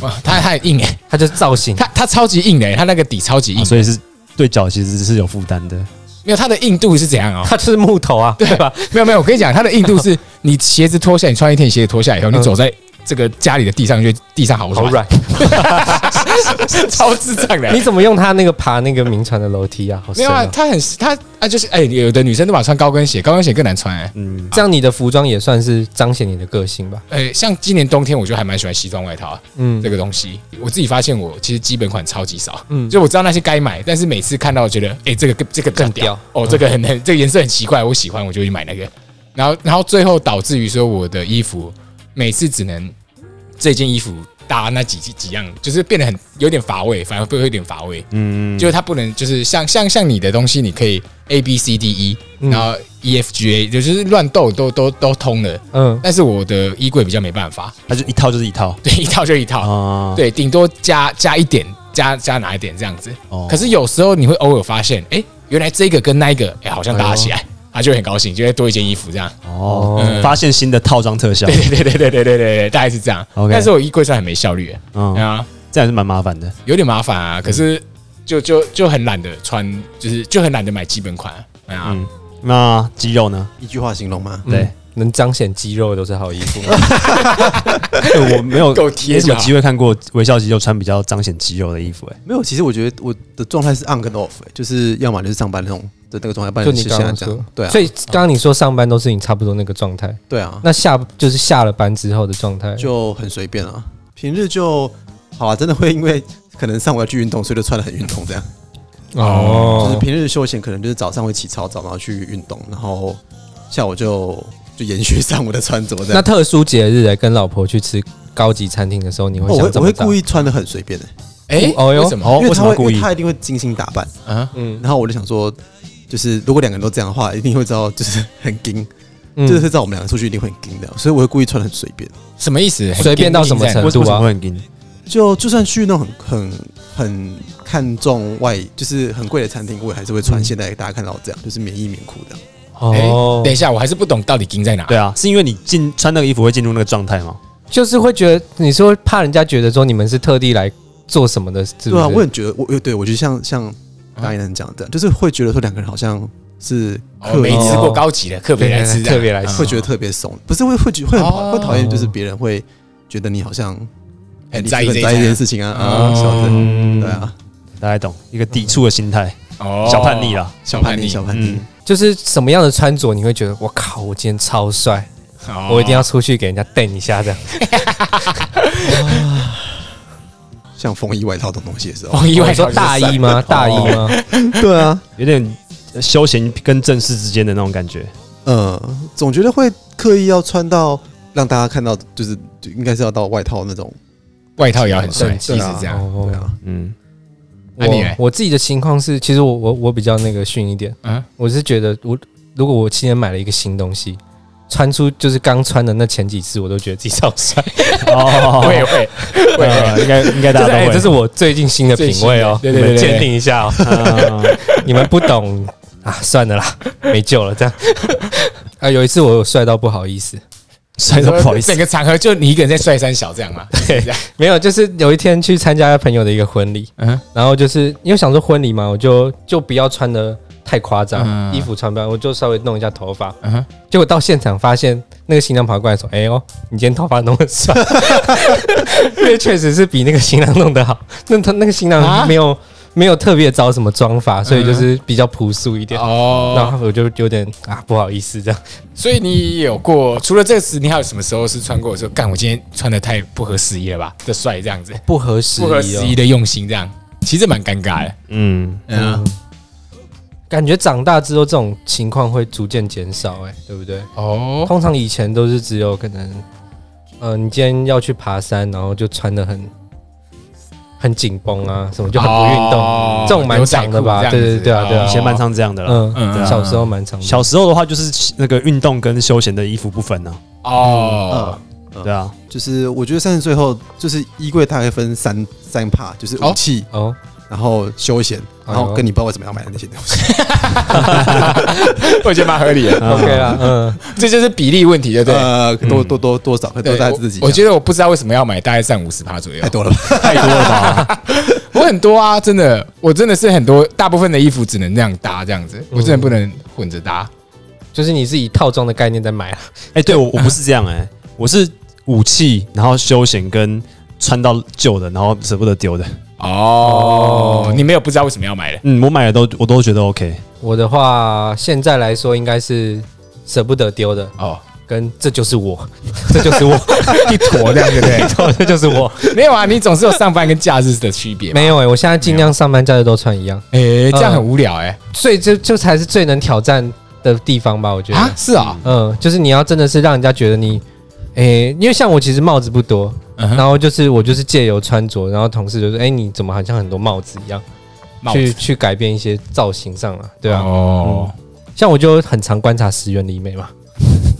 Speaker 1: 哇，它它很硬哎、
Speaker 3: 它就是造型，
Speaker 1: 它它超级硬的、欸，它那个底超级硬
Speaker 2: 啊，所以是对脚其实是有负担的。
Speaker 1: 没有它的硬度是怎样哦、
Speaker 3: 它就是木 头啊，对吧？
Speaker 1: 没有没有，我跟你讲，它的硬度是你鞋子脱下，你穿一天，你鞋子脱下以后，你
Speaker 3: 嗯
Speaker 1: 走在这个家里的地上，就地上好
Speaker 3: 好
Speaker 1: 软，
Speaker 3: 软，
Speaker 1: 超智障的。
Speaker 3: 你怎么用它那个爬那个名船的楼梯啊？好
Speaker 1: 没
Speaker 3: 深
Speaker 1: 有啊
Speaker 3: 啊，！
Speaker 1: 它很它啊，就是哎、有的女生都把穿高跟鞋，高跟鞋更难穿哎、
Speaker 2: 嗯，
Speaker 3: 这样你的服装也算是彰显你的个性吧？
Speaker 1: 哎、像今年冬天，我就还蛮喜欢西装外套、啊、
Speaker 3: 嗯
Speaker 1: 这个东西。我自己发现，我其实基本款超级少，
Speaker 3: 嗯
Speaker 1: 就我知道那些该买，但是每次看到觉得，哎、这个这个更
Speaker 3: 更
Speaker 1: 屌
Speaker 3: 屌
Speaker 1: 哦，这个很很这个颜色很奇怪，我喜欢，我就去买那个。然后然后最后导致于说，我的衣服每次只能这件衣服搭那几几几样，就是变得很有点乏味，反而会有点乏味。
Speaker 2: 嗯，
Speaker 1: 就是它不能就是像像像你的东西，你可以 A B C D E，然后 E F G A，就是乱斗都都都通了。
Speaker 3: 嗯，
Speaker 1: 但是我的衣柜比较没办法，
Speaker 2: 它就一套就是一套
Speaker 1: 对，一套就一套，
Speaker 3: 哦
Speaker 2: 啊。
Speaker 1: 对，顶多加加一点，加加哪一点这样子。
Speaker 2: 哦
Speaker 1: 可是有时候你会偶尔发现，哎、原来这个跟那一个，哎、好像搭起来，他就会很高兴，就会多一件衣服这样。
Speaker 2: 哦，发现新的套装特效
Speaker 1: 对，对对对对对对对，大概是这样。
Speaker 2: OK
Speaker 1: 但是我衣柜上很没效率，
Speaker 3: 哦
Speaker 2: 嗯，
Speaker 1: 啊，
Speaker 2: 这样是蛮麻烦的。
Speaker 1: 有点麻烦啊。可是
Speaker 3: 嗯
Speaker 1: 就就就很懒得穿，就是就很懒得买基本款啊。
Speaker 2: 嗯，那肌肉呢？
Speaker 4: 一句话形容吗？
Speaker 2: 对，
Speaker 3: 嗯能彰显肌肉都是好衣服。
Speaker 2: 对哎我没有
Speaker 1: 够贴
Speaker 2: 没什么
Speaker 1: 吧
Speaker 2: 机会看过微笑肌肉穿比较彰显肌肉的衣服、欸，
Speaker 4: 没有，其实我觉得我的状态是 on 跟 off，、欸、就是要么就是上班那种的那个状态，不然
Speaker 3: 就
Speaker 4: 就
Speaker 3: 你
Speaker 4: 是
Speaker 3: 刚
Speaker 4: 现在
Speaker 3: 刚
Speaker 4: 这
Speaker 3: 说
Speaker 4: 样。，对啊
Speaker 3: 所，以刚刚你说上班都是你差不多那个状态，
Speaker 4: 对啊，
Speaker 3: 那下就是下了班之后的状态，
Speaker 4: 就很随便啊。平日就好啊，真的会因为可能上午要去运动，所以就穿的很运动这样。就是
Speaker 3: 哦，
Speaker 4: 平日休闲可能就是早上会起超早，然后去运动，然后下午就就延续上午的穿着这
Speaker 3: 那
Speaker 4: 样。
Speaker 3: 特殊节日哎跟老婆去吃高级餐厅的时候，你会
Speaker 4: 哦我
Speaker 3: 想
Speaker 4: 会
Speaker 3: 怎
Speaker 4: 我
Speaker 3: 么
Speaker 4: 会
Speaker 3: 打
Speaker 4: 故意穿的很随便的、欸
Speaker 1: 哎、
Speaker 3: 哦哟
Speaker 1: 为什么？
Speaker 2: 哦，
Speaker 4: 因
Speaker 2: 为
Speaker 4: 为
Speaker 2: 什
Speaker 4: 他
Speaker 2: 么要
Speaker 4: 会，
Speaker 2: 故
Speaker 4: 因
Speaker 2: 意
Speaker 4: 为？他一定会精心打扮。
Speaker 1: 啊，
Speaker 3: 嗯
Speaker 4: 然后我就想说，就是如果两个人都这样的话，一定会知道就是很硬，就是
Speaker 3: 嗯，
Speaker 4: 会知道我们两个出去一定会很硬的，所以我会故意穿的很随便。
Speaker 1: 什么意思？
Speaker 3: 随便到什么程
Speaker 2: 为
Speaker 3: 度
Speaker 2: 什么
Speaker 3: 啊
Speaker 2: 会很硬？
Speaker 4: 就就算去那种很很很看重外，就是很贵的餐厅，我也还是会穿现在大家看到这样，就是棉衣棉裤这样。
Speaker 1: 哎，
Speaker 3: 哦
Speaker 1: 等一，下，我还是不懂到底金在哪。
Speaker 2: 对啊，是因为你进穿那个衣服会进入那个状态吗？
Speaker 3: 就是会觉得你说怕人家觉得说你们是特地来做什么的，是不
Speaker 4: 对啊，我
Speaker 3: 是？
Speaker 4: 很觉得我对我觉得像像大一男讲的这样，就是会觉得说两个人好像是
Speaker 1: 哦
Speaker 4: 客
Speaker 1: 没
Speaker 4: 人
Speaker 1: 吃过高级的，特别来吃啊，
Speaker 3: 特别来吃
Speaker 4: 会觉得特别怂，不是会会觉会很讨
Speaker 1: 哦
Speaker 4: 会讨厌，就是别人会觉得你好像哎
Speaker 1: 很
Speaker 4: 你
Speaker 1: 在意
Speaker 4: 是不
Speaker 1: 这一
Speaker 4: 是很在意这件
Speaker 1: 件
Speaker 4: 事情啊
Speaker 1: 哦
Speaker 4: 啊，小子，
Speaker 2: 嗯，
Speaker 4: 对，啊，
Speaker 2: 大家懂一个抵触的心态，
Speaker 1: 哦
Speaker 2: 小叛逆啦，啊
Speaker 1: 小叛逆，
Speaker 4: 小叛逆
Speaker 2: 嗯，
Speaker 3: 就是什么样的穿着你会觉得我靠，我今天超帅，
Speaker 1: 哦
Speaker 3: 我一定要出去给人家瞪一下这样。
Speaker 4: 像风衣外套这种东西的时候，
Speaker 1: 哦，意外
Speaker 3: 你说大衣吗？
Speaker 1: 哦
Speaker 3: 大衣吗？
Speaker 4: 对 啊，
Speaker 2: 有点呃休闲跟正式之间的那种感觉。
Speaker 4: 呃，总觉得会刻意要穿到让大家看到，就是就应该是要到外套那种，
Speaker 1: 外套也要很帅，
Speaker 4: 对
Speaker 1: 气质
Speaker 4: 对啊
Speaker 1: 这样，
Speaker 3: 哦
Speaker 4: 对啊，
Speaker 2: 嗯，
Speaker 1: 那你嘞
Speaker 3: 我我自己的情况是，其实我我我比较那个逊一点，
Speaker 1: 嗯，
Speaker 3: 我是觉得我如果我今天买了一个新东西，穿出就是刚穿的那前几次，我都觉得自己超帅。
Speaker 2: 哦，
Speaker 1: 我也会，我也会。
Speaker 2: 呃应该应该
Speaker 3: 这
Speaker 2: 大
Speaker 3: 是
Speaker 2: 家
Speaker 3: 哎，
Speaker 2: 都
Speaker 3: 这
Speaker 2: 会
Speaker 3: 是。我最近新的品味哦，
Speaker 1: 最新的对对对
Speaker 3: 你们
Speaker 1: 对
Speaker 3: 鉴定一下哦，
Speaker 2: 啊
Speaker 3: 你们不懂啊，算了啦，没救了这样。 啊，有一次我有帅到不好意思，
Speaker 2: 帅到不好意思
Speaker 1: 整，呃个场合就你一个人在帅三小这样嘛？
Speaker 3: 对，没有，就是有一天去参加朋友的一个婚礼，
Speaker 1: 嗯，
Speaker 3: 然后就是因为想说婚礼嘛，我就就不要穿的太夸张，
Speaker 1: 嗯
Speaker 3: 衣服穿不了，我就稍微弄一下头发。
Speaker 1: 嗯哼
Speaker 3: 结果到现场发现那个新娘跑过来说：“哎呦，你今天头发弄得帅。” 因为确实是比那个新郎弄得好。那他那个新
Speaker 1: 啊
Speaker 3: 郎没有、没有特别找什么妆法，所以就是比较朴素一点。然
Speaker 1: 哦，
Speaker 3: 后我就有点啊不好意思这样。
Speaker 1: 所以你有过除了这次，你还有什么时候是穿过说干我今天穿的太不合时宜了吧的帅这样子，
Speaker 3: 不合时哦
Speaker 2: 哦
Speaker 1: 不合时宜的啊用心这样，其实蛮尴尬的。
Speaker 2: 嗯，
Speaker 1: 嗯，
Speaker 3: 感觉长大之后这种情况会逐渐减少、哎，对不对？
Speaker 1: 哦，
Speaker 3: 通常以前都是只有可能，呃，你今天要去爬山，然后就穿的很很紧绷啊，什么就很不运动，
Speaker 1: 哦
Speaker 3: 这种蛮长的吧？
Speaker 1: 牛仔
Speaker 3: 对
Speaker 1: 裤这
Speaker 3: 对
Speaker 1: 样子哦
Speaker 3: 对啊对啊，
Speaker 2: 以前蛮常这样的啦。
Speaker 3: 嗯，
Speaker 1: 嗯
Speaker 3: 小时候蛮长的。
Speaker 2: 小时候的话，就是那个运动跟休闲的衣服不分呢。
Speaker 1: 哦，
Speaker 2: 对啊，
Speaker 4: 嗯就是我觉得三十岁后，就是衣柜大概分三三 part，就是
Speaker 1: 哦哎
Speaker 4: 武器，
Speaker 3: 哦，
Speaker 4: 然后休闲，然后跟你不知道为什么要买的那些东西。
Speaker 1: 我觉得蛮合理的，
Speaker 3: OK 啦，嗯，
Speaker 1: 这就是比例问题，对不对？
Speaker 4: 呃，多多多多少都
Speaker 1: 对
Speaker 4: 在自己。
Speaker 1: 我我觉得我不知道为什么要买，大概占五十趴左右
Speaker 4: 太。多了吧？
Speaker 2: 太多了吧？
Speaker 1: 我很多啊，真的，我真的是很多，大部分的衣服只能这样搭，这样子，我真的不能混着搭。
Speaker 3: 就是你是以套装的概念在买啊，
Speaker 2: 哎、对我我
Speaker 1: 嗯
Speaker 2: 不是这样哎、我是武器，然后休闲跟穿到旧的，然后舍不得丢的。
Speaker 1: 哦，你没有不知道为什么要买的，
Speaker 2: 嗯，我买的都我都觉得 OK。
Speaker 3: 我的话现在来说应该是舍不得丢的，
Speaker 1: 哦，
Speaker 3: 跟这就是我，这就是我，
Speaker 1: 一坨这样，对 不对？
Speaker 3: 这就 是我。
Speaker 1: 没有啊，你总是有上班跟假日的区别嘛。
Speaker 3: 没有哎、我现在尽量上班假日都穿一样，
Speaker 1: 诶，这样很无聊哎、
Speaker 3: 所以这这才是最能挑战的地方吧？我觉得
Speaker 1: 啊，是啊、
Speaker 3: 嗯，就是你要真的是让人家觉得你，诶、因为像我其实帽子不多，
Speaker 1: 嗯哼
Speaker 3: 然后就是我就是借由穿着，然后同事就说，诶、你怎么好像很多帽子一样，
Speaker 1: 帽
Speaker 3: 去
Speaker 1: 子
Speaker 3: 去改变一些造型上啊，对啊，
Speaker 1: 哦，
Speaker 3: 像我就很常观察石原 里美嘛，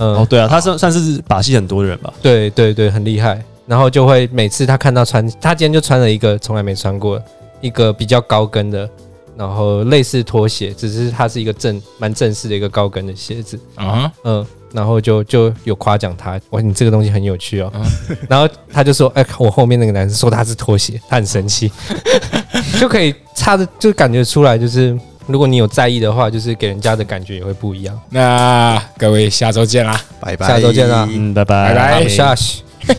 Speaker 3: 嗯，
Speaker 2: 哦，对啊，他算算是把戏很多的人吧？
Speaker 3: 对对对，很厉害，然后就会每次他看到穿，他今天就穿了一个从来没穿过的一个比较高跟的。然后类似拖鞋，只是它是一个正蛮正式的一个高跟的鞋子，
Speaker 1: 啊、
Speaker 3: 嗯，然后就就有夸奖他，哇，你这个东西很有趣哦。 然后他就说，哎、我后面那个男生说他是拖鞋，他很生气， 就可以差的就感觉出来，就是如果你有在意的话，就是给人家的感觉也会不一样。
Speaker 1: 那各位下周见啦。
Speaker 4: 拜拜，
Speaker 3: 下周见啊
Speaker 2: 嗯，拜拜，
Speaker 3: 啊
Speaker 1: 拜拜哎
Speaker 3: 下去。